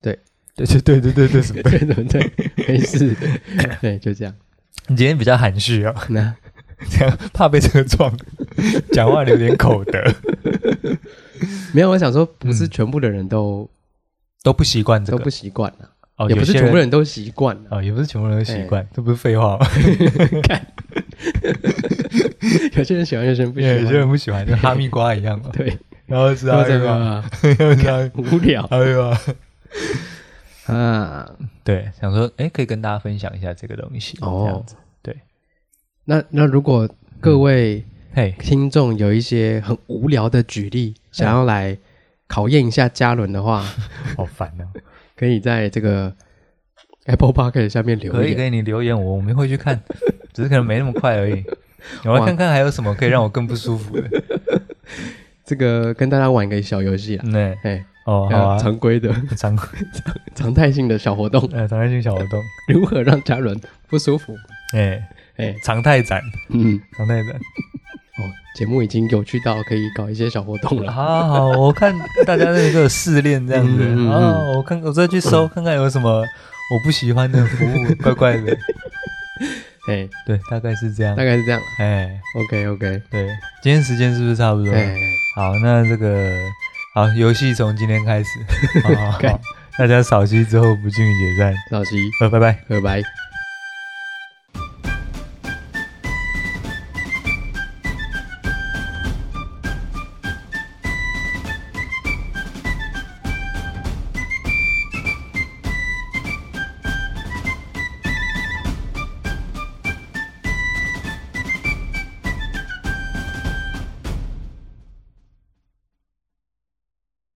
Speaker 1: 对对对对对对，什么？
Speaker 2: 对对
Speaker 1: [LAUGHS]
Speaker 2: 对，没事，对，就这样。
Speaker 1: 你今天比较含蓄哦，
Speaker 2: 那
Speaker 1: 这样怕被这个撞，讲话留点口德，
Speaker 2: 没有，我想说，不是全部的人都
Speaker 1: 都不习嗯惯这
Speaker 2: 都
Speaker 1: 个，
Speaker 2: 不习惯啊，
Speaker 1: 哦，
Speaker 2: 也不是全部
Speaker 1: 人
Speaker 2: 人都习惯
Speaker 1: [LAUGHS]
Speaker 2: 啊。
Speaker 1: 哦，也不是全部人都习惯，这不是废话吗？
Speaker 2: 看，有些人喜欢，有些人不
Speaker 1: 有
Speaker 2: 喜
Speaker 1: 些人
Speaker 2: 欢。
Speaker 1: 不喜欢，跟哈密瓜一样嘛。
Speaker 2: 对，
Speaker 1: 然后知道
Speaker 2: 都
Speaker 1: [LAUGHS]
Speaker 2: 这个
Speaker 1: 吧？
Speaker 2: 啊
Speaker 1: 然后知道
Speaker 2: 无聊
Speaker 1: 哎呦，
Speaker 2: 啊。
Speaker 1: 对，想说，哎，可以跟大家分享一下这个东西，
Speaker 2: 哦
Speaker 1: [LAUGHS] 这样子，
Speaker 2: 那那如果各位
Speaker 1: 嘿，
Speaker 2: 听众有一些很无聊的举例，想要来考验一下嘉伦
Speaker 1: [LAUGHS]
Speaker 2: 的话，
Speaker 1: 好烦哦。
Speaker 2: 可以在这个 Apple Park 下面留
Speaker 1: 可以
Speaker 2: 言。
Speaker 1: 给你留言，我我们会去 [LAUGHS] 看，只是可能没那么快 [LAUGHS] 而已。我要看看还有什么可以让我更不舒服 [LAUGHS] 的。
Speaker 2: 这个跟大家玩一个小游戏啊，
Speaker 1: 嗯，对
Speaker 2: 哎，
Speaker 1: 哦，好
Speaker 2: 呃
Speaker 1: 啊，
Speaker 2: 常规的、 [LAUGHS]
Speaker 1: 常
Speaker 2: 常态性的小活动， [LAUGHS]
Speaker 1: 呃常态性小活 [LAUGHS] 动，
Speaker 2: 如何让嘉伦不舒服？
Speaker 1: 哎
Speaker 2: 哎，
Speaker 1: 常态展，
Speaker 2: 嗯，
Speaker 1: 常态展。
Speaker 2: 哦，节目已经有趣到可以搞一些小活动 [LAUGHS] 了。
Speaker 1: 好啊好，我看大家那个试炼这样子
Speaker 2: 嗯嗯嗯嗯
Speaker 1: 哦，我看我再去搜看看有什么我不喜欢的服务，怪怪
Speaker 2: [LAUGHS]
Speaker 1: 的。
Speaker 2: 哎，
Speaker 1: 对，大概是这样
Speaker 2: 大。概是这样。
Speaker 1: 哎，
Speaker 2: OK OK，
Speaker 1: 对，今天时间是不是差不多？
Speaker 2: 哎，
Speaker 1: 好，那这个好，游戏从今天开始。好好好
Speaker 2: 干，
Speaker 1: 大家扫息之后不敬礼解散。
Speaker 2: 老师，
Speaker 1: 呃，拜拜。
Speaker 2: 拜拜。